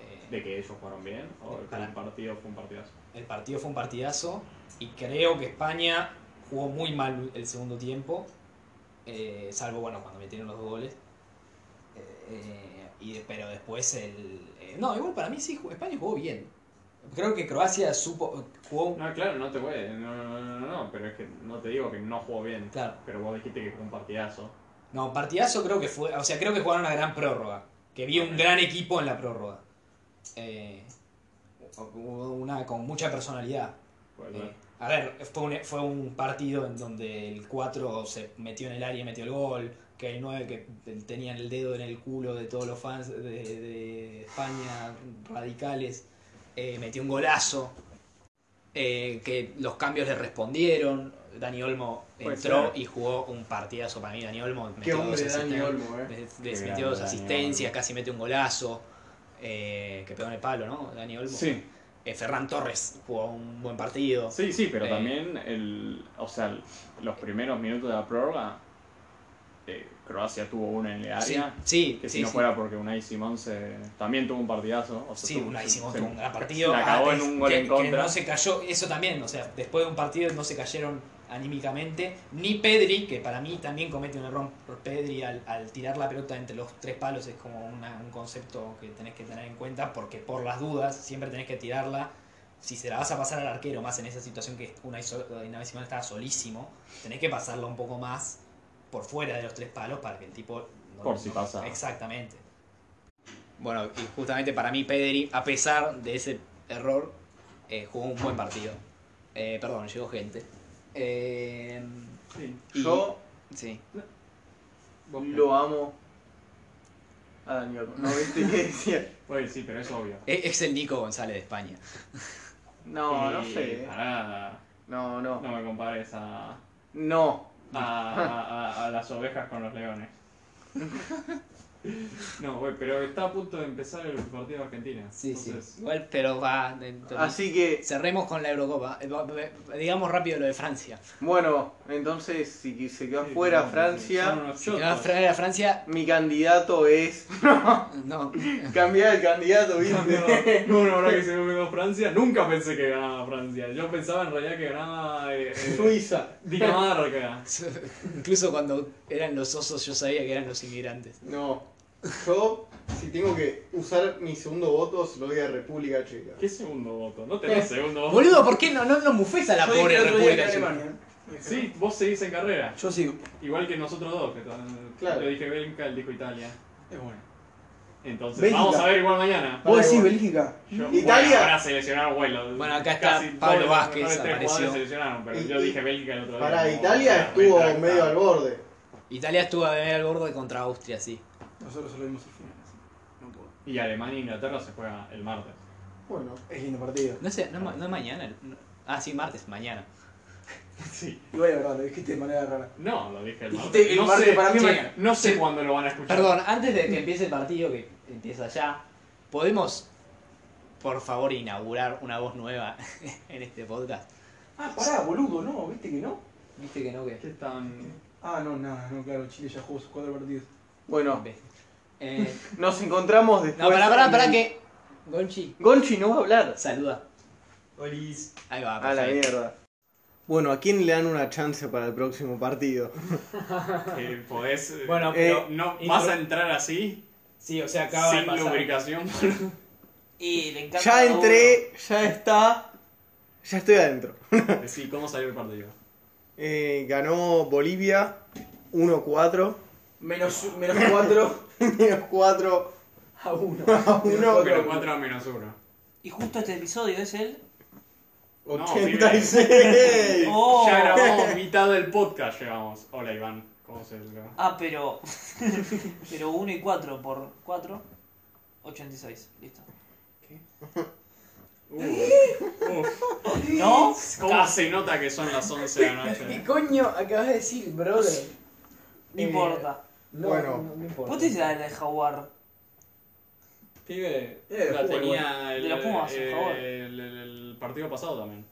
Speaker 1: Eh,
Speaker 3: de que ellos jugaron bien, o que
Speaker 1: Para-
Speaker 3: el partido fue un partidazo.
Speaker 1: El partido fue un partidazo y creo que España jugó muy mal el segundo tiempo, eh, salvo bueno cuando metieron los dos goles. Eh, eh, y de- pero después el eh, no igual para mí sí jugó- España jugó bien. Creo que Croacia supo jugó
Speaker 3: No, claro, no te voy. No, no, no, no, no, pero es que no te digo que no jugó bien.
Speaker 1: claro
Speaker 3: Pero vos dijiste que fue un partidazo.
Speaker 1: no partidazo creo que fue o sea creo que jugaron una gran prórroga que vi un gran equipo en la prórroga Eh, hubo una con mucha personalidad
Speaker 3: Pues,
Speaker 1: Eh, a ver, fue un, fue un partido en donde el 4 se metió en el área y metió el gol, que el 9 que tenían el dedo en el culo de todos los fans de, de España radicales, eh, metió un golazo, eh, que los cambios le respondieron, Dani Olmo
Speaker 3: Puede
Speaker 1: entró
Speaker 3: ser.
Speaker 1: y jugó un partidazo para mí, Dani Olmo
Speaker 2: Qué
Speaker 1: metió dos
Speaker 2: hombre Dani
Speaker 1: asisten-
Speaker 2: Olmo, eh.
Speaker 1: des-
Speaker 3: Qué
Speaker 1: des-
Speaker 3: grande
Speaker 1: metió dos
Speaker 3: Dani
Speaker 1: asistencias,
Speaker 3: Olmo.
Speaker 1: casi mete un golazo, eh, que pegó en el palo, ¿no? Dani Olmo. Eh, Ferran Torres jugó un buen partido.
Speaker 3: Sí, sí, pero
Speaker 1: Eh.
Speaker 3: también el, o sea, el- los primeros minutos de la prórroga, eh, Croacia tuvo una en el área.
Speaker 1: Sí, sí,
Speaker 3: Que si
Speaker 1: sí,
Speaker 3: no
Speaker 1: sí.
Speaker 3: fuera porque Unai Simón se, también tuvo un partidazo. O sea,
Speaker 1: Sí,
Speaker 3: tuvo-
Speaker 1: Unai Simón
Speaker 3: se-
Speaker 1: tuvo un gran partido.
Speaker 3: La cagó
Speaker 1: Ah,
Speaker 3: en
Speaker 1: es-
Speaker 3: un gol
Speaker 1: que-
Speaker 3: en contra.
Speaker 1: Que no se cayó, eso también, o sea, después de un partido no se cayeron anímicamente. Ni Pedri, que para mí también comete un error. Pedri al, al tirar la pelota entre los tres palos es como una- un concepto que tenés que tener en cuenta porque por las dudas siempre tenés que tirarla. Si se la vas a pasar al arquero, más en esa situación que Unai Sol- Unai Simón estaba solísimo, tenés que pasarla un poco más por fuera de los tres palos para que el tipo... no-
Speaker 3: Por si
Speaker 1: no-
Speaker 3: pasa.
Speaker 1: Exactamente. Bueno, y justamente para mí Pedri, a pesar de ese error, eh, jugó un buen partido. Eh, perdón, llegó gente. Eh,
Speaker 3: Sí.
Speaker 1: y-
Speaker 2: Yo
Speaker 1: Sí.
Speaker 2: lo amo a Dani Olmo. ¿No viste qué decía?
Speaker 3: Oye, Pues sí, pero es obvio.
Speaker 1: E- Es el Nico González de España.
Speaker 2: No, no
Speaker 3: Y
Speaker 2: sé.
Speaker 3: Eh, pará,
Speaker 2: No, no.
Speaker 3: No me compares a, a,
Speaker 2: No.
Speaker 3: a- a- a las ovejas con los leones. No, güey, pero está a punto de empezar el partido de Argentina.
Speaker 4: Sí, sí.
Speaker 3: Entonces, Ah,
Speaker 1: Igual, pero va. entonces,
Speaker 2: Así que,
Speaker 1: Cerremos con la Eurocopa. Eh, va- va- Digamos rápido lo de Francia.
Speaker 2: bueno, entonces si se quedó
Speaker 3: sí,
Speaker 2: fuera
Speaker 3: no, son
Speaker 2: Francia,
Speaker 3: unos
Speaker 1: Si va a
Speaker 3: chotos.
Speaker 1: frenar a Francia,
Speaker 2: mi candidato es.
Speaker 1: no.
Speaker 2: Cambiar el candidato, ¿viste?
Speaker 3: No, no, ahora que se me quedó Francia, nunca pensé que ganaba Francia. Yo pensaba en realidad que ganaba eh, eh,
Speaker 2: Suiza.
Speaker 3: Dinamarca.
Speaker 1: Incluso cuando eran los osos, yo sabía que eran los inmigrantes.
Speaker 2: No. Yo, si tengo que usar mi segundo voto, se lo doy a República Checa.
Speaker 3: ¿Qué segundo voto? No tenés segundo voto.
Speaker 1: Boludo, ¿por qué no, no, no mufes a la
Speaker 5: Yo dije
Speaker 1: pobre
Speaker 5: el otro día
Speaker 1: República
Speaker 5: que
Speaker 1: Checa?
Speaker 5: Alemania.
Speaker 3: Sí, vos seguís en carrera.
Speaker 5: Yo sigo.
Speaker 3: Igual que nosotros dos. Que
Speaker 2: Claro.
Speaker 3: claro. Yo dije Bélgica, él dijo Italia.
Speaker 5: Es bueno.
Speaker 3: Entonces,
Speaker 5: Bélgica.
Speaker 3: vamos a ver igual mañana.
Speaker 5: Vos decís
Speaker 2: igual.
Speaker 5: Bélgica.
Speaker 3: Yo-
Speaker 2: Italia.
Speaker 3: Bueno, ahora seleccionaron vuelo.
Speaker 1: Bueno, acá está Pablo Vázquez, apareció.
Speaker 3: seleccionaron, pero
Speaker 2: Y-
Speaker 3: yo
Speaker 2: y-
Speaker 3: dije Bélgica el otro día.
Speaker 2: Para
Speaker 3: como-
Speaker 2: Italia
Speaker 3: para
Speaker 2: estuvo
Speaker 3: retractar.
Speaker 2: medio al borde.
Speaker 1: Italia estuvo a medio al borde contra Austria, sí.
Speaker 5: Nosotros solo vimos el final. así. No puedo.
Speaker 3: Y Alemania e Inglaterra se juega el martes.
Speaker 2: Bueno,
Speaker 5: Es lindo partido.
Speaker 1: No sé, no, es ma- no es mañana. no- Ah, sí, martes, mañana.
Speaker 3: Sí.
Speaker 5: Igual es verdad, lo dijiste de manera rara.
Speaker 3: No, lo dije el martes.
Speaker 5: Dijiste el
Speaker 3: no
Speaker 5: martes,
Speaker 3: sé,
Speaker 5: para mí
Speaker 3: sí,
Speaker 5: mañana.
Speaker 3: No sé
Speaker 1: Sí.
Speaker 3: cuándo lo van a escuchar.
Speaker 1: Perdón, antes de que empiece el partido, que empieza ya, ¿podemos, por favor, inaugurar una voz nueva en este podcast?
Speaker 5: Ah, pará, boludo, no, viste que no.
Speaker 1: Viste que no, que...
Speaker 3: ¿Qué están?
Speaker 5: Ah, no, nada, no, claro, Chile ya jugó sus cuatro partidos.
Speaker 2: bueno,
Speaker 1: Eh,
Speaker 2: nos encontramos después.
Speaker 1: no, pará, pará, pará,
Speaker 2: y-
Speaker 1: que... Gonchi,
Speaker 2: Gonchi no va a hablar.
Speaker 1: saluda.
Speaker 5: Olis.
Speaker 1: Ahí va,
Speaker 2: A la
Speaker 1: perfecto.
Speaker 2: mierda. Bueno, ¿a quién le dan una chance para el próximo partido?
Speaker 3: Que podés. eh,
Speaker 4: Bueno,
Speaker 2: pero-
Speaker 3: no,
Speaker 4: intro-
Speaker 3: vas a entrar así,
Speaker 4: Sí, o sea, acaba de
Speaker 3: sin
Speaker 4: pasar.
Speaker 3: lubricación.
Speaker 4: Y le encanta
Speaker 2: Ya
Speaker 4: a uno.
Speaker 2: entré, ya está, ya estoy adentro.
Speaker 3: sí, ¿cómo salió el partido?
Speaker 2: Eh, ganó Bolivia 1-4,
Speaker 5: Menos, menos cuatro
Speaker 2: menos 4
Speaker 5: a uno.
Speaker 2: a
Speaker 5: Menos
Speaker 3: Pero
Speaker 2: 1,
Speaker 3: 4 a menos 1.
Speaker 6: Y justo este episodio es el.
Speaker 3: No,
Speaker 2: 86.
Speaker 6: ¡Oh!
Speaker 3: Ya grabamos mitad del podcast, llegamos. Hola Iván, ¿cómo se llama?
Speaker 6: Ah, pero. pero 1 y 4 por 4. 86. Listo.
Speaker 3: Uh, uf,
Speaker 6: ¿No?
Speaker 3: ¿Cómo se nota que son las 11 de la noche?
Speaker 4: coño acabas de decir, brother?
Speaker 6: No importa.
Speaker 2: no, Bueno. no,
Speaker 4: importa.
Speaker 6: ¿Vos te dices la de jaguar?
Speaker 3: Pibe,
Speaker 5: Eh,
Speaker 3: la
Speaker 5: Pumas,
Speaker 3: tenía
Speaker 6: De la Pumas, por
Speaker 3: el, eh,
Speaker 6: favor.
Speaker 3: el- el- el partido pasado también.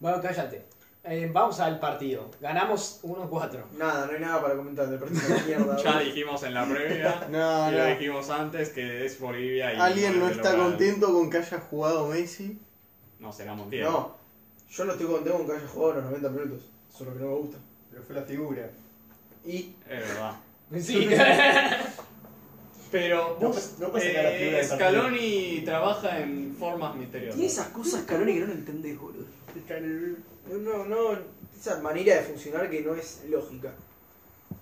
Speaker 4: Bueno, cállate. Eh, vamos al partido. Ganamos 1-4.
Speaker 5: Nada, no hay nada para comentar del partido de mierda.
Speaker 3: Ya dijimos en la previa,
Speaker 2: No,
Speaker 3: y lo
Speaker 2: no.
Speaker 3: dijimos antes que es Bolivia y...
Speaker 2: ¿Alguien no
Speaker 3: el
Speaker 2: está
Speaker 3: local.
Speaker 2: contento con que haya jugado Messi?
Speaker 3: No, será
Speaker 5: boludo.
Speaker 3: Montiel.
Speaker 5: No, yo no estoy contento con que haya jugado los 90 minutos. Solo que no me gusta.
Speaker 2: Pero fue la figura. Y
Speaker 3: Es verdad.
Speaker 4: Sí. Ah,
Speaker 3: Pero
Speaker 5: No
Speaker 3: vos,
Speaker 5: puedes- no puedes sacar la figura del
Speaker 3: Scaloni trabaja en formas misteriosas.
Speaker 5: Y esas cosas calones que no lo entendés, boludo. No, no, esa manera de funcionar que no es lógica.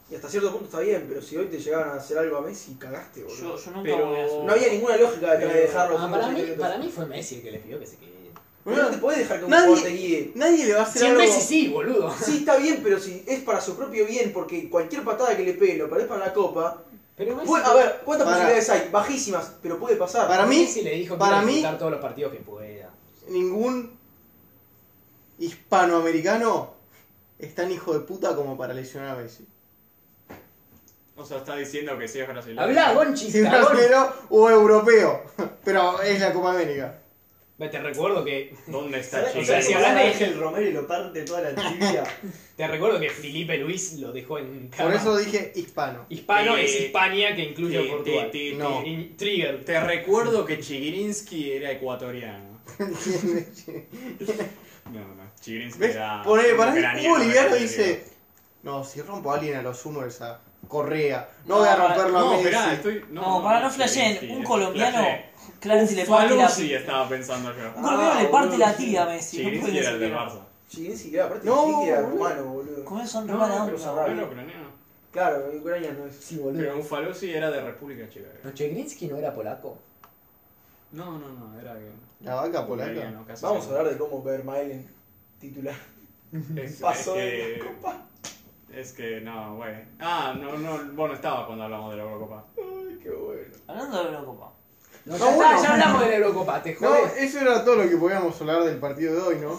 Speaker 5: Y hasta cierto punto está bien, pero si hoy te llegaban a hacer algo a Messi, cagaste, bolulo.
Speaker 6: Yo, yo nunca
Speaker 3: Pero-
Speaker 6: voy a
Speaker 5: No había ninguna lógica detrás de dejarlo.
Speaker 4: Ah, para, mí, para mí fue Messi el que le pidió que se quede.
Speaker 5: Boludo, no te podés dejar que un
Speaker 2: Nadie-
Speaker 5: jugador te guíe.
Speaker 2: nadie le va a hacer
Speaker 4: Si es
Speaker 2: algo.
Speaker 4: Messi sí, boludo.
Speaker 5: Sí, está bien, pero si es para su propio bien, porque cualquier patada que le pegue lo perdés para la copa.
Speaker 4: Pero
Speaker 1: Pues
Speaker 4: Messi,
Speaker 5: puede- a ver, ¿cuántas
Speaker 2: Para.
Speaker 5: posibilidades hay? Bajísimas, pero puede pasar.
Speaker 2: Para mí,
Speaker 4: Messi le dijo que
Speaker 2: para
Speaker 4: iba a
Speaker 2: mí-
Speaker 4: disputar todos los partidos que pueda.
Speaker 2: ningún hispanoamericano es tan hijo de puta como para lesionar a Messi.
Speaker 3: O sea, está diciendo que sí es brasileño.
Speaker 4: Habla, Gonchi,
Speaker 2: Si
Speaker 4: cagón.
Speaker 2: brasileño o europeo, pero es la Copa América.
Speaker 4: Ve, Te recuerdo que
Speaker 3: ¿Dónde está
Speaker 7: ¿Sabes
Speaker 3: Chile?
Speaker 7: que si
Speaker 4: hablas de-
Speaker 7: Ángel Romero y lo parte toda la trivia?
Speaker 4: te recuerdo que Felipe Luis lo dejó en cama.
Speaker 2: Por eso dije hispano.
Speaker 4: hispano
Speaker 3: Eh,
Speaker 4: es Hispania que incluye a
Speaker 3: Ti, Eh, ti,
Speaker 4: Portugal.
Speaker 3: ti, ti.
Speaker 2: No.
Speaker 4: Y Trigger.
Speaker 3: Te recuerdo que Chigrinsky era ecuatoriano. No, no, Chigrinsky
Speaker 2: ¿Ves?
Speaker 3: Este era.
Speaker 2: Poné, para mí,
Speaker 3: ucraniano,
Speaker 2: un boliviano
Speaker 3: era
Speaker 2: dice: No, si rompo a alguien a los humos a Correa, no voy a romperlo
Speaker 3: No,
Speaker 2: a Messi.
Speaker 3: esperá, estoy. No,
Speaker 6: No, para no flasheen,
Speaker 3: Chigrinsky,
Speaker 6: un colombiano.
Speaker 3: flashé.
Speaker 6: Clarence le parte la.
Speaker 3: Falusi estaba pensando yo.
Speaker 6: Un colombiano
Speaker 5: Ah,
Speaker 6: le parte
Speaker 5: boludo,
Speaker 6: la
Speaker 5: sí.
Speaker 6: tibia a Messi. No
Speaker 3: Chigrinsky
Speaker 6: puede
Speaker 3: era el
Speaker 6: ser.
Speaker 3: del
Speaker 6: que no.
Speaker 3: Barça.
Speaker 5: Chigrinsky, era aparte
Speaker 2: No,
Speaker 5: Chigrinsky era
Speaker 2: boludo.
Speaker 5: rumano, boludo.
Speaker 6: ¿Cómo es son
Speaker 3: No,
Speaker 6: romanos?
Speaker 3: pero
Speaker 5: Ucrania.
Speaker 3: era ucraniano.
Speaker 5: Claro, Ucrania no es.
Speaker 4: Sí, boludo.
Speaker 3: Pero un Falusi era de República Checa. creo.
Speaker 4: ¿Pero Chegrinsky no era polaco?
Speaker 3: No, no, no, era.
Speaker 2: La vaca polaca.
Speaker 3: ucraniano, casi
Speaker 5: Vamos a
Speaker 3: seguro.
Speaker 5: hablar de cómo Vermaelen titular.
Speaker 3: Es-
Speaker 5: Pasó
Speaker 3: es
Speaker 5: de
Speaker 3: que-
Speaker 5: la copa.
Speaker 3: Es que no, güey. Ah, no, no, vos no estabas cuando hablamos de la Eurocopa.
Speaker 5: Ay, qué bueno.
Speaker 6: Hablando de Eurocopa.
Speaker 1: No,
Speaker 2: No,
Speaker 1: ya, está,
Speaker 2: bueno.
Speaker 1: ya hablamos de la Eurocopa, te
Speaker 2: No,
Speaker 1: jodes.
Speaker 2: eso era todo lo que podíamos hablar del partido de hoy, ¿no?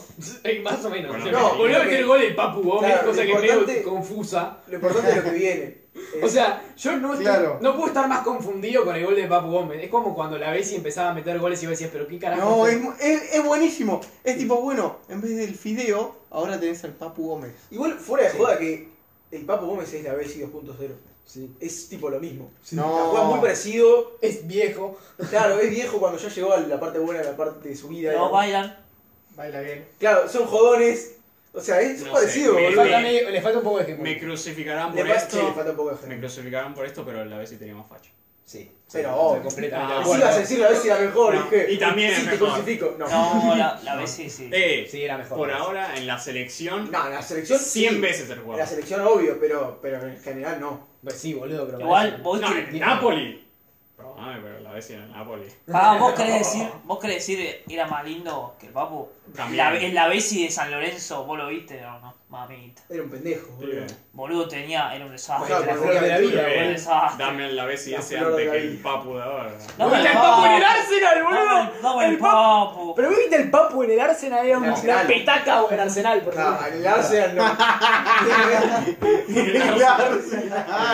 Speaker 1: Y más o menos.
Speaker 3: Bueno,
Speaker 1: Sí.
Speaker 3: no,
Speaker 1: Volvió a meter
Speaker 5: porque-
Speaker 1: el gol el Papu Gómez, cosa
Speaker 5: Claro, lo
Speaker 1: que es medio
Speaker 5: importante-
Speaker 1: confusa.
Speaker 5: Lo importante es lo que viene. Eh,
Speaker 1: O sea, yo no, estoy-
Speaker 2: Claro.
Speaker 1: no puedo estar más confundido con el gol de Papu Gómez. Es como cuando la Bessi empezaba a meter goles y vos decías, pero qué carajo.
Speaker 2: No,
Speaker 1: es
Speaker 2: es, mu- es, es buenísimo. Es tipo, bueno, en vez del fideo, ahora tenés al Papu Gómez.
Speaker 5: igual fuera de
Speaker 2: Sí.
Speaker 5: joda que el Papo Gómez es la Bessi 2.0.
Speaker 1: Sí.
Speaker 5: Es tipo lo mismo. La
Speaker 2: No,
Speaker 5: juega muy parecido.
Speaker 1: Es viejo.
Speaker 5: Claro, es viejo cuando ya llegó a la parte buena, la parte de su vida.
Speaker 6: Los bailan.
Speaker 2: baila bien.
Speaker 5: Claro, son jodones. O sea, es
Speaker 3: No
Speaker 5: parecido,
Speaker 3: sé,
Speaker 1: Le
Speaker 5: boludo.
Speaker 1: falta, medio- le falta un poco de hegemonía.
Speaker 3: Me crucificarán
Speaker 5: Le
Speaker 3: por
Speaker 5: fa- sí, le
Speaker 3: esto.
Speaker 5: falta un poco de
Speaker 3: Me
Speaker 5: gente.
Speaker 3: crucificarán por esto, pero la vez sí tenía más facha.
Speaker 1: Sí.
Speaker 5: Pero,
Speaker 1: sí,
Speaker 5: oh,
Speaker 1: estoy completamente
Speaker 3: ah,
Speaker 1: de
Speaker 5: Y si
Speaker 1: acuerdo.
Speaker 5: vas a decir la Bessi era mejor,
Speaker 3: No,
Speaker 5: dije.
Speaker 3: y también
Speaker 5: sí,
Speaker 3: es
Speaker 5: te
Speaker 3: mejor.
Speaker 5: crucifico. No. no,
Speaker 6: No, la, la vez sí, sí.
Speaker 3: Eh,
Speaker 1: Sí, era mejor.
Speaker 3: por ahora en la selección,
Speaker 5: en la selección.
Speaker 3: 100
Speaker 5: sí.
Speaker 3: veces el
Speaker 5: En la
Speaker 3: jugador.
Speaker 5: selección, obvio, pero, pero en general no.
Speaker 1: Pues sí, boludo, pero.
Speaker 6: Igual,
Speaker 1: parece-
Speaker 6: vos,
Speaker 3: No, en Napoli. Perdóname, pero la vez en el Napoli.
Speaker 6: Ah, vos querés decir, vos querés decir eh, era más lindo que el Papu.
Speaker 3: También.
Speaker 6: La, en la Bessi de San Lorenzo, vos lo viste, no, no, mamita.
Speaker 5: Era un pendejo, boludo.
Speaker 3: Sí. Ah,
Speaker 6: Boludo tenía, era un desastre.
Speaker 5: Claro,
Speaker 1: la
Speaker 5: pero-
Speaker 1: flor de la vida,
Speaker 3: Eh,
Speaker 6: Era un
Speaker 1: boludo.
Speaker 6: desastre.
Speaker 3: Dame la vez y
Speaker 5: Ah, La
Speaker 3: ese
Speaker 5: flor
Speaker 3: antes
Speaker 5: de la
Speaker 3: que el
Speaker 5: vida.
Speaker 3: papu de ahora.
Speaker 6: No,
Speaker 1: ¡Viste el
Speaker 6: no.
Speaker 1: Papu en el Arsenal, boludo!
Speaker 6: Dame, dame el
Speaker 1: El Papu.
Speaker 6: Papu.
Speaker 1: Pero viste el Papu en el Arsenal, era
Speaker 5: En
Speaker 1: una
Speaker 5: Arsenal.
Speaker 1: petaca en Arsenal, por
Speaker 5: Claro,
Speaker 1: favor.
Speaker 5: en el Arsenal no.
Speaker 3: Lo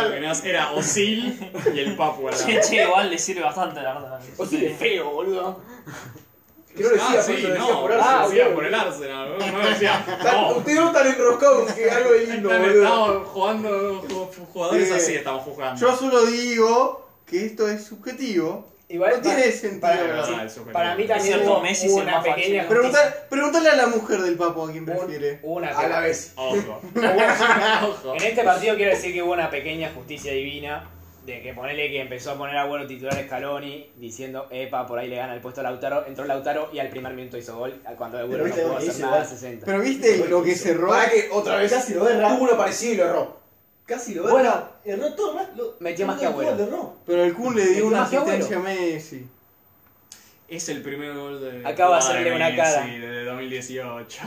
Speaker 3: que tenías era Osil y el papu al lado.
Speaker 6: Che, che, igual le sirve bastante la verdad.
Speaker 1: O sí, es feo, boludo.
Speaker 5: Creo que
Speaker 3: Ah,
Speaker 5: decía,
Speaker 3: sí,
Speaker 5: pero decía
Speaker 3: no,
Speaker 5: por
Speaker 3: ah,
Speaker 5: Arsenal.
Speaker 3: decía por el Arsenal, no decía,
Speaker 5: Tan-
Speaker 3: no,
Speaker 5: Ustedes no están enroscados con que algo de lindo,
Speaker 3: Están-
Speaker 5: boludo.
Speaker 3: estamos jugando ju- jugadores
Speaker 2: Eh,
Speaker 3: así, estamos jugando.
Speaker 2: Yo solo digo que esto es subjetivo.
Speaker 1: Igual
Speaker 2: No tiene sentido.
Speaker 3: Es verdad,
Speaker 1: sí,
Speaker 3: el subjetivo.
Speaker 1: Para mí también
Speaker 6: cierto,
Speaker 1: hubo
Speaker 6: Messi es el
Speaker 1: una
Speaker 6: más facho.
Speaker 1: pequeña
Speaker 2: Preguntar- Preguntale a la mujer del Papu a quién
Speaker 1: Un-
Speaker 2: prefiere.
Speaker 1: una
Speaker 5: A la vez.
Speaker 3: Ojo.
Speaker 1: En este partido quiero decir que hubo una pequeña justicia divina de que ponele que empezó a poner a bueno titular Scaloni diciendo, epa, por ahí le gana el puesto a Lautaro, entró Lautaro y al primer minuto hizo gol cuando de
Speaker 8: Pero
Speaker 1: Agüero no
Speaker 8: viste
Speaker 1: pudo
Speaker 8: lo que
Speaker 1: hacer
Speaker 8: hizo
Speaker 1: nada
Speaker 8: igual.
Speaker 1: 60.
Speaker 2: Pero viste lo que cerró.
Speaker 5: Para que otra vez
Speaker 8: Casi lo erra.
Speaker 5: tuvo uno parecido y lo erró.
Speaker 8: Casi lo
Speaker 1: Bueno.
Speaker 8: erra. Erró todo más. Lo,
Speaker 1: Metió más
Speaker 8: todo el
Speaker 1: que Agüero.
Speaker 8: gol erró.
Speaker 2: Pero el Kun le dio
Speaker 1: Es
Speaker 2: una
Speaker 1: más que Agüero.
Speaker 2: asistencia a Messi.
Speaker 3: Es el primer gol de.
Speaker 1: Acaba de
Speaker 3: Guadagnini,
Speaker 1: hacerle una cara.
Speaker 3: Sí, de 2018.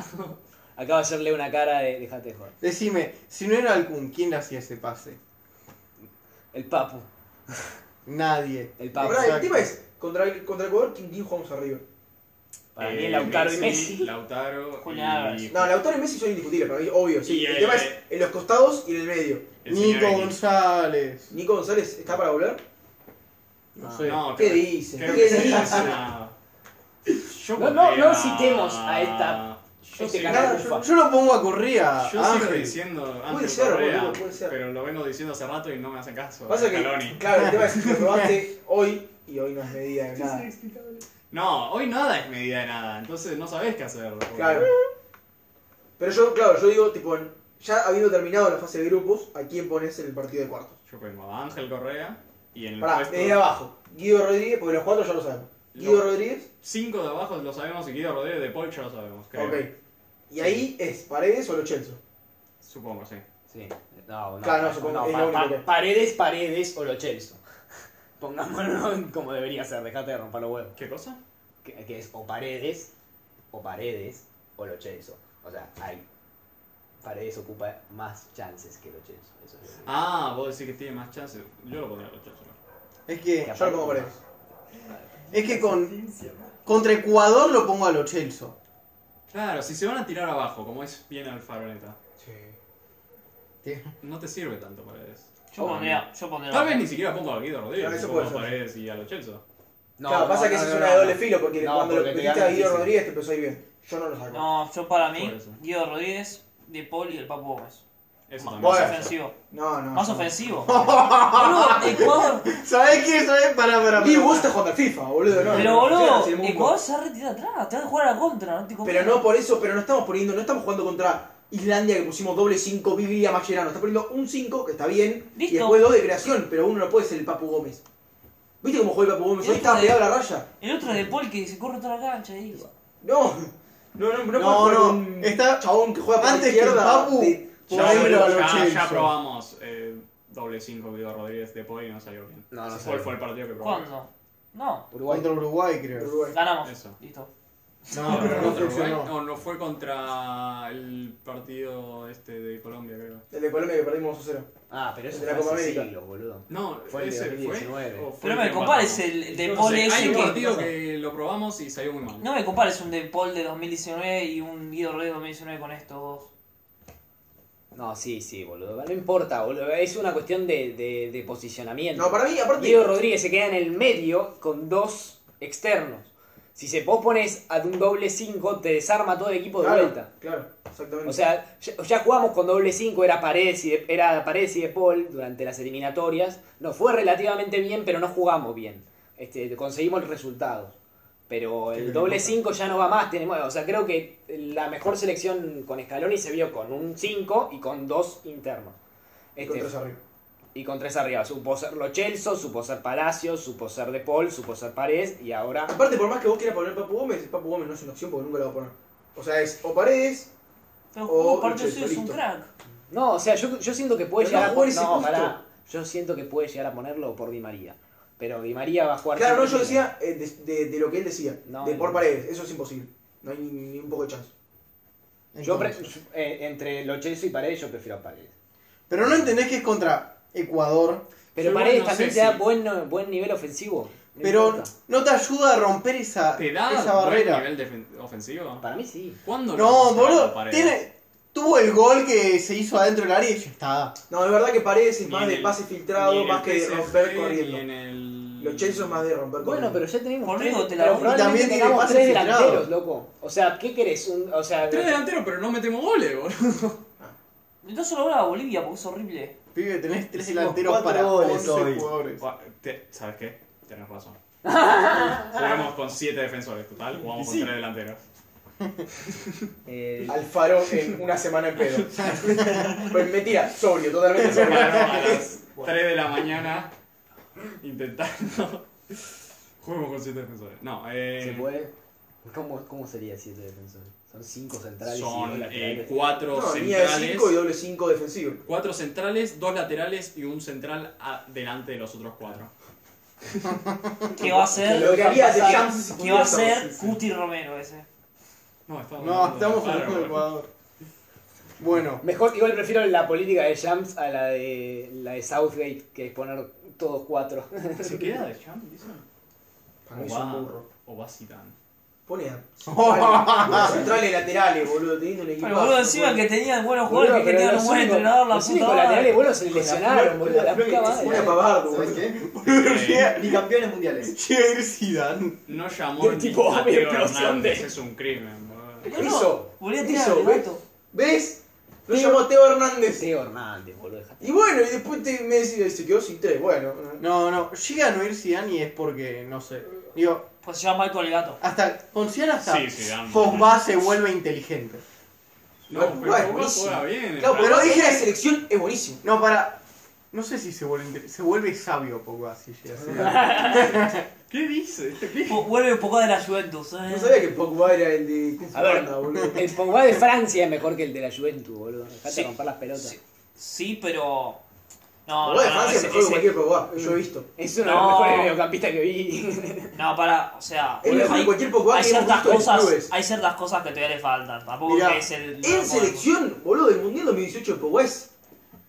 Speaker 1: Acaba de hacerle una cara de, dejate de joder,
Speaker 2: Decime, si no era el Kun, ¿quién le hacía ese pase?
Speaker 1: el Papu,
Speaker 2: Nadie.
Speaker 1: el Papu.
Speaker 5: Ahora, el
Speaker 2: Exacto.
Speaker 5: tema es, contra, el- contra Ecuador, ¿quién, quién jugamos arriba?
Speaker 1: Para
Speaker 3: Eh,
Speaker 1: mí Lautaro y Messi.
Speaker 3: Lautaro
Speaker 6: Julián Álvarez.
Speaker 3: y.
Speaker 5: No, Lautaro y Messi son indiscutibles para mí, obvio. Sí.
Speaker 3: Y
Speaker 5: el
Speaker 3: el-
Speaker 5: tema es en los costados y en el medio.
Speaker 3: el señor
Speaker 2: Nico
Speaker 3: X.
Speaker 2: González.
Speaker 5: ¿Nico González está para volver?
Speaker 2: No
Speaker 3: Ah,
Speaker 2: sé.
Speaker 3: no,
Speaker 5: ¿Qué
Speaker 3: creo-
Speaker 5: dice?
Speaker 3: creo
Speaker 5: ¿Qué
Speaker 3: que sí,
Speaker 5: dice?
Speaker 3: es una- Yo
Speaker 1: No, no,
Speaker 3: pondría-
Speaker 1: no citemos a esta-
Speaker 3: Yo
Speaker 1: este
Speaker 3: sí-
Speaker 1: canal.
Speaker 2: Nada, yo, yo lo pongo a Correa.
Speaker 3: Yo
Speaker 2: a
Speaker 3: sigo
Speaker 2: Ah, Ángel.
Speaker 3: diciendo
Speaker 5: Puede
Speaker 3: antes
Speaker 5: ser,
Speaker 3: Correa,
Speaker 5: boludo, puede ser.
Speaker 3: pero lo vengo diciendo hace rato y no me hacen caso.
Speaker 5: Pasa que,
Speaker 3: Scaloni.
Speaker 5: claro, el tema es que lo probaste hoy y hoy no es medida de nada.
Speaker 3: No, hoy nada es medida de nada, entonces no sabés qué hacer. boludo.
Speaker 5: Claro. Pero yo, claro, yo digo, tipo, ya habiendo terminado la fase de grupos, ¿a quién pones en el partido de cuartos?
Speaker 3: Yo pongo a Ángel Correa y en el
Speaker 5: Pará, desde
Speaker 3: puesto
Speaker 5: abajo. Guido Rodríguez, porque los cuatro ya lo sabemos. Guido
Speaker 3: No.
Speaker 5: Rodríguez,
Speaker 3: 5 de abajo lo sabemos y Guido Rodríguez de Paul ya lo sabemos, creo.
Speaker 5: ok. Y ahí es Paredes o Lochenzo.
Speaker 3: Supongo, sí.
Speaker 1: Sí, no, no,
Speaker 5: Claro, no, supongo, es
Speaker 1: pa-
Speaker 5: lo único
Speaker 1: pa-
Speaker 5: que-
Speaker 1: paredes, paredes o lo Chelsea. Pongámoslo en como debería ser, dejate de romper los huevos.
Speaker 3: ¿Qué cosa?
Speaker 1: que, que es o paredes, o paredes, o lo Chelso. O sea, hay. Paredes ocupa más chances que lo Chelso. Eso es lo que-
Speaker 3: Ah, vos decís que tiene más chances. Yo lo pondría a los
Speaker 2: Es que,
Speaker 5: Yo lo pongo Paredes.
Speaker 2: es que con, contra Ecuador lo pongo a lo Chelso.
Speaker 3: Claro, si se van a tirar abajo, como es bien Alfaro, neta, no te sirve tanto Paredes.
Speaker 6: Yo pondría, yo pondría.
Speaker 3: Tal vez ni siquiera pongo a Guido Rodríguez,
Speaker 5: Claro, eso
Speaker 3: pongo a
Speaker 5: puede ser.
Speaker 3: Paredes y a los Chelsea.
Speaker 1: No,
Speaker 5: claro,
Speaker 1: no,
Speaker 5: pasa que
Speaker 1: no,
Speaker 5: ese
Speaker 1: no,
Speaker 5: es una
Speaker 1: no,
Speaker 5: de doble
Speaker 1: no.
Speaker 5: filo, porque
Speaker 1: No,
Speaker 5: cuando
Speaker 1: porque
Speaker 5: lo
Speaker 1: te
Speaker 5: metiste a
Speaker 1: ganan
Speaker 5: Guido
Speaker 1: difícil.
Speaker 5: Rodríguez te empezó a ir bien. Yo no lo saco. No,
Speaker 6: No, yo para mí,
Speaker 3: Por eso.
Speaker 6: Guido Rodríguez, De Paul y el Papu Gómez.
Speaker 3: Eso
Speaker 6: Más,
Speaker 3: también.
Speaker 6: más
Speaker 5: Bueno.
Speaker 6: ofensivo.
Speaker 5: no. no
Speaker 6: Más ofensivo. Boludo, Ecuador.
Speaker 2: ¿Sabés qué? ¿Sabés? Pará, pará,
Speaker 5: Y
Speaker 2: pará.
Speaker 5: vos estás jugando al FIFA, boludo, no.
Speaker 6: Pero
Speaker 5: no, no,
Speaker 6: boludo,
Speaker 5: sí, el mundo.
Speaker 6: Ecuador se ha retirado atrás. Te vas a jugar a la contra, no te
Speaker 5: Pero no por eso, pero no estamos poniendo, no estamos jugando contra Islandia que pusimos doble 5, Biblia Mascherano. Está poniendo un 5, que está bien,
Speaker 6: Listo.
Speaker 5: y después dos de creación, pero uno no puede ser el Papu Gómez. ¿Viste cómo jugó el Papu Gómez?
Speaker 6: El
Speaker 5: Hoy estaba
Speaker 6: otro de-
Speaker 5: pegado a la raya.
Speaker 6: El otro es De Paul que se corre toda la cancha ahí.
Speaker 5: No, no, no, no, puede
Speaker 2: No,
Speaker 5: jugar
Speaker 2: no,
Speaker 5: con un
Speaker 2: está-
Speaker 5: chabón que juega por
Speaker 2: antes
Speaker 5: la
Speaker 2: que el
Speaker 5: izquierda.
Speaker 2: Papu,
Speaker 5: de-
Speaker 3: Ya,
Speaker 2: Por ahí
Speaker 3: ya-
Speaker 2: me lo ganó
Speaker 3: ya
Speaker 2: Chelsea.
Speaker 3: probamos eh, doble 5 Guido Rodríguez de Poli y no salió bien.
Speaker 1: No, no
Speaker 3: ¿Cuál
Speaker 1: salió.
Speaker 3: fue el partido que probamos?
Speaker 6: ¿Cuándo? No,
Speaker 1: Uruguay.
Speaker 2: Contra Uruguay, creo.
Speaker 5: Uruguay.
Speaker 6: ganamos.
Speaker 3: Eso.
Speaker 6: Listo.
Speaker 2: No, pero no
Speaker 3: ¿Contra Uruguay?
Speaker 2: funcionó.
Speaker 3: No, no fue contra el partido este de Colombia, creo.
Speaker 5: El de de Colombia que perdimos 2-0.
Speaker 1: Ah, pero eso
Speaker 5: De la
Speaker 1: fue
Speaker 5: Copa
Speaker 1: hace
Speaker 5: América.
Speaker 1: siglos, boludo.
Speaker 3: No,
Speaker 1: Fue el de
Speaker 3: ese
Speaker 1: 2019.
Speaker 3: fue. o fue
Speaker 6: Pero
Speaker 3: el
Speaker 6: no me
Speaker 3: que
Speaker 6: compares
Speaker 3: empatamos.
Speaker 6: el, el de
Speaker 3: No
Speaker 6: Paul
Speaker 3: sé,
Speaker 6: ese
Speaker 3: Hay un
Speaker 6: que.
Speaker 3: partido que lo probamos y salió muy mal.
Speaker 6: No me compares un de Paul de 2019 y un Guido Rey de 2019 con estos dos.
Speaker 1: No, sí, sí, boludo. No importa, boludo. Es una cuestión de, de, de posicionamiento.
Speaker 5: No, para mí, aparte.
Speaker 1: Diego Rodríguez se queda en el medio con dos externos. Si se vos pones a un doble 5, te desarma todo el equipo de
Speaker 5: claro,
Speaker 1: vuelta.
Speaker 5: Claro, exactamente.
Speaker 1: O sea, ya, ya jugamos con doble 5, era Paredes, y de, era Paredes y De Paul durante las eliminatorias. Nos fue relativamente bien, pero no jugamos bien. Este, conseguimos resultados. Pero
Speaker 5: Sí,
Speaker 1: el
Speaker 5: me
Speaker 1: doble
Speaker 5: importa.
Speaker 1: 5 ya no va más. Tenemos, o sea, creo que la mejor selección con Scaloni se vio con un 5 y con dos internos.
Speaker 5: Y
Speaker 1: Este,
Speaker 5: con tres arriba.
Speaker 1: y con tres arriba. Supo ser Lo Celso, supo ser Palacios, supo ser De Paul, supo ser Paredes y ahora.
Speaker 5: Aparte, por más que vos quieras poner Papu Gómez, Papu Gómez no es una opción porque nunca lo va a poner. O sea, es o Paredes.
Speaker 6: Pero
Speaker 5: Oh,
Speaker 6: Juan Partido
Speaker 5: Richard,
Speaker 6: Suyo es un
Speaker 5: listo.
Speaker 6: crack.
Speaker 1: No, o sea, yo, yo siento que puede
Speaker 5: Pero
Speaker 1: llegar
Speaker 5: no
Speaker 1: a
Speaker 5: jugar
Speaker 1: poner.
Speaker 5: ese
Speaker 1: No,
Speaker 5: puesto.
Speaker 1: pará. Yo siento que puede llegar a ponerlo por Di María. Pero Di María va a jugar.
Speaker 5: Claro, no,
Speaker 1: siempre
Speaker 5: yo
Speaker 1: bien.
Speaker 5: decía eh, de, de- de lo que él decía,
Speaker 1: No,
Speaker 5: de
Speaker 1: no.
Speaker 5: por Paredes, eso es imposible. No hay ni, ni un poco de chance.
Speaker 1: Yo pre-
Speaker 2: Entonces.
Speaker 1: eh, entre Lo Celso y Paredes, yo prefiero a Paredes.
Speaker 2: Pero no entendés que es contra Ecuador.
Speaker 1: Pero
Speaker 3: Yo
Speaker 1: Paredes
Speaker 3: igual no
Speaker 1: también
Speaker 3: sé
Speaker 1: te da
Speaker 3: si-
Speaker 1: buen, buen nivel ofensivo. No
Speaker 2: Pero
Speaker 1: importa.
Speaker 2: no te ayuda a romper esa,
Speaker 3: ¿Te da
Speaker 2: esa
Speaker 3: buen
Speaker 2: barrera.
Speaker 3: nivel defen- ofensivo?
Speaker 1: Para mí sí.
Speaker 3: ¿Cuándo
Speaker 2: No,
Speaker 3: lo mostraron
Speaker 2: boludo.
Speaker 3: Paredes?
Speaker 2: Tiene, tuvo el gol que se hizo adentro del área y ya está.
Speaker 5: No, de verdad que Paredes es
Speaker 3: Ni
Speaker 5: más
Speaker 3: en
Speaker 5: de
Speaker 3: el-
Speaker 5: pase filtrado, más que de romper corriendo.
Speaker 3: Los
Speaker 5: Lo Chelsea es más de romper
Speaker 1: Bueno, pero
Speaker 5: corriendo.
Speaker 1: ya tenemos.
Speaker 6: Por
Speaker 1: tres-
Speaker 6: algo te la
Speaker 1: pero
Speaker 6: doy.
Speaker 1: probablemente
Speaker 2: También tiene
Speaker 1: tengamos
Speaker 2: pases
Speaker 1: tres
Speaker 2: filtrados.
Speaker 1: delanteros, loco. O sea, ¿qué querés? Un, o sea,
Speaker 3: Tres delanteros, pero no metemos goles, boludo.
Speaker 6: No solo ahora a Bolivia porque es horrible.
Speaker 2: Pibe, tenés tres
Speaker 1: Hicimos
Speaker 2: delanteros
Speaker 1: cuatro
Speaker 2: para
Speaker 1: goles
Speaker 2: 11
Speaker 1: hoy.
Speaker 2: jugadores.
Speaker 3: Te- ¿Sabes qué? Tienes razón. Jugamos con siete defensores, total. Jugamos con tres delanteros.
Speaker 1: eh,
Speaker 5: Alfaro en una semana en pedo. pues mentira, sobrio, totalmente sobrio.
Speaker 3: a las 3 de la mañana intentando. Juguemos con 7 defensores. No,
Speaker 1: ¿Se
Speaker 3: eh.
Speaker 1: puede? ¿Cómo, cómo sería siete defensores? Son cinco centrales y dos
Speaker 3: Son eh,
Speaker 1: laterales.
Speaker 3: 4
Speaker 5: No, línea de 5 y
Speaker 3: centrales.
Speaker 5: doble 5 defensivo.
Speaker 3: 4 centrales, 2 laterales y un central a- delante de los otros 4.
Speaker 6: Que va a
Speaker 5: Lo
Speaker 6: ser.
Speaker 5: que haría de
Speaker 1: pasar.
Speaker 5: Shams.
Speaker 6: Que va a ser Cuti Romero ese.
Speaker 3: No, estamos
Speaker 2: No, estamos hablando de Ecuador. Bueno,
Speaker 1: Mejor, igual prefiero la política de Shams a la de la de Southgate, que es poner todos cuatro.
Speaker 3: ¿Se queda de Champ, dicen?
Speaker 5: Para mí
Speaker 3: O
Speaker 5: es un
Speaker 3: va-
Speaker 5: burro.
Speaker 3: O va Zidane.
Speaker 5: Pone a centrales, centrales laterales, boludo, teniendo un equipo.
Speaker 6: Pero boludo, encima
Speaker 5: pues.
Speaker 6: que tenían buenos
Speaker 1: Boludo,
Speaker 6: jugadores, que
Speaker 1: pero
Speaker 6: tenían
Speaker 1: los
Speaker 6: un buen
Speaker 1: únicos-
Speaker 6: entrenador, la
Speaker 1: los únicos
Speaker 6: puta madre.
Speaker 1: laterales, boludo, se lesionaron, boludo, la puta
Speaker 5: Una
Speaker 1: madre.
Speaker 5: pavardo,
Speaker 9: ¿Sabes
Speaker 5: boludo.
Speaker 9: qué?
Speaker 3: Eh,
Speaker 9: Ni campeones mundiales.
Speaker 2: llega a ir Zidane.
Speaker 3: no llamó
Speaker 1: Del
Speaker 3: ni
Speaker 1: tipo,
Speaker 3: Mateo
Speaker 1: obvio, pero son
Speaker 3: Hernández,
Speaker 1: de-
Speaker 3: es un crimen, boludo.
Speaker 6: No, no,
Speaker 5: Hizo,
Speaker 6: volví a tirar
Speaker 5: hizo,
Speaker 6: el
Speaker 5: ¿ves?
Speaker 6: gato.
Speaker 5: ¿Ves? Lo llamó a Teo Hernández.
Speaker 1: Teo Hernández, boludo. dejate.
Speaker 5: Y bueno, y después te, me decía, se quedó sin tres. Bueno,
Speaker 2: No, no, llega a no ir Zidane y es porque, no sé. Digo,
Speaker 6: Pues se llama Michael el gato.
Speaker 2: hasta con Zidane hasta
Speaker 3: Sí, Zidane.
Speaker 2: Pogba se vuelve inteligente.
Speaker 3: No,
Speaker 5: Bueno,
Speaker 3: pero
Speaker 5: bueno,
Speaker 3: Pogba juega bien.
Speaker 5: claro,
Speaker 3: Francia.
Speaker 5: pero dije la selección es buenísimo.
Speaker 2: No, para. No sé si se vuelve inte- se vuelve sabio Pogba si llega a Zidane.
Speaker 3: ¿Qué dice? ¿Qué?
Speaker 6: Po- Vuelve un poco de la Juventus. eh.
Speaker 5: No sabía que Pogba era el de Kung Fu
Speaker 1: A ver.
Speaker 5: Panda, boludo.
Speaker 1: El Pogba de Francia es mejor que el de la Juventus, boludo. Dejate
Speaker 6: Sí.
Speaker 1: romper las pelotas.
Speaker 6: Sí, sí, pero. No,
Speaker 5: Pogba de
Speaker 6: no, no,
Speaker 5: Francia es
Speaker 6: ese-
Speaker 5: mejor que
Speaker 6: ese-
Speaker 5: cualquier Pogba, yo he visto.
Speaker 1: Es uno de
Speaker 6: No.
Speaker 1: los mejores mediocampistas que vi.
Speaker 6: no, para, o sea.
Speaker 5: Es mejor que
Speaker 6: Hay,
Speaker 5: cualquier Pogba
Speaker 6: hay
Speaker 5: que hemos
Speaker 6: ciertas
Speaker 5: visto en
Speaker 6: cosas,
Speaker 5: clubes.
Speaker 6: hay ciertas cosas que todavía le faltan. Tampoco
Speaker 2: Mirá,
Speaker 6: que es el. lo
Speaker 5: En
Speaker 6: podemos-
Speaker 5: selección, boludo, del Mundial 2018 de Pogba es.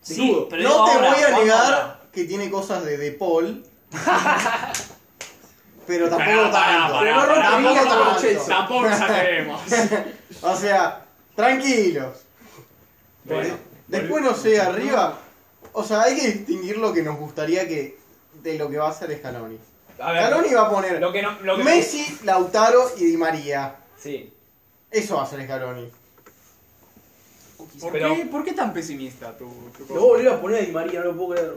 Speaker 5: sin
Speaker 6: Sí,
Speaker 5: duda.
Speaker 6: pero
Speaker 2: no
Speaker 6: digo
Speaker 2: te
Speaker 6: ahora,
Speaker 2: voy a
Speaker 6: vamos
Speaker 2: negar
Speaker 6: ahora.
Speaker 2: que tiene cosas de De Paul. pero tampoco
Speaker 3: Pará, pará,
Speaker 2: tanto.
Speaker 3: pará,
Speaker 5: Pero no
Speaker 3: pará,
Speaker 5: rompe
Speaker 3: pará,
Speaker 5: ninguna
Speaker 3: pará,
Speaker 5: con Chelsea.
Speaker 3: Tampoco exageremos.
Speaker 2: O sea, tranquilos.
Speaker 3: Bueno,
Speaker 2: Después, no sé, arriba. O sea, hay que distinguir lo que nos gustaría que. de lo que va a hacer Scaloni.
Speaker 1: A
Speaker 2: Scaloni va a poner
Speaker 1: lo que no. Lo que
Speaker 2: Messi, Lautaro y Di María.
Speaker 1: Sí.
Speaker 2: Eso va a ser Scaloni.
Speaker 3: ¿por,
Speaker 1: Pero-
Speaker 3: qué, ¿por qué tan pesimista tú? tú
Speaker 5: Lo voy a volver a poner a Di María, no lo puedo creer.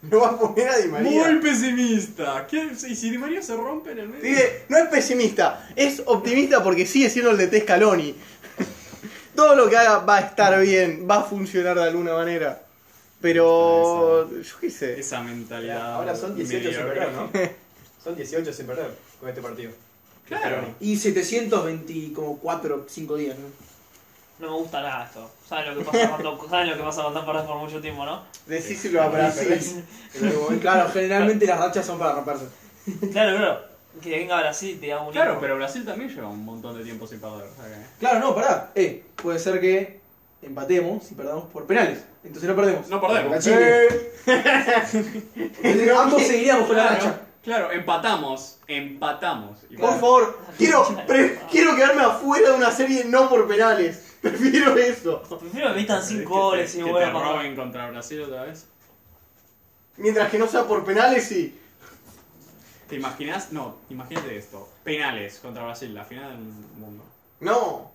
Speaker 2: No va a poner a Di María.
Speaker 3: Muy pesimista. ¿Qué? ¿Y si Di María se rompe en el medio?
Speaker 2: Pibe, no es pesimista, es optimista porque sigue siendo el de Scaloni. Todo lo que haga va a estar bien, va a funcionar de alguna manera. Pero yo qué sé.
Speaker 3: Esa mentalidad.
Speaker 9: Ahora son 18 sin
Speaker 3: mediocre.
Speaker 9: perder, ¿no? Son 18 sin perder con este partido.
Speaker 3: Claro.
Speaker 5: Y 720 como 4, 5 días, ¿no?
Speaker 6: No me gusta nada esto. ¿Saben lo que pasa cuando, ¿saben lo que pasa cuando perdés por mucho tiempo, no?
Speaker 2: Decíselo a Brasil.
Speaker 5: Claro, generalmente las rachas son para romperse.
Speaker 6: Claro, claro. Que venga Brasil y te haga un
Speaker 3: Claro,
Speaker 6: hijo.
Speaker 3: pero Brasil también lleva un montón de tiempo sin perder. o sea que-
Speaker 5: Claro, no, pará. Eh, puede ser que
Speaker 2: empatemos y perdamos por penales. Entonces no perdemos.
Speaker 3: No perdemos.
Speaker 2: Eh,
Speaker 5: Entonces, Eh, ambos seguiríamos con la
Speaker 3: Claro,
Speaker 5: racha.
Speaker 3: claro, empatamos. Empatamos. Y
Speaker 2: Por favor, quiero, pre- quiero quedarme afuera de una serie no por penales. Prefiero eso.
Speaker 6: Prefiero que metan
Speaker 3: Que te-
Speaker 6: 5 goles y
Speaker 3: que
Speaker 6: bueno,
Speaker 3: te
Speaker 6: para-
Speaker 3: roben contra Brasil otra vez.
Speaker 2: Mientras que no sea por penales, sí.
Speaker 3: ¿Te imaginas? No, imagínate esto. Penales contra Brasil, la final del mundo.
Speaker 2: No.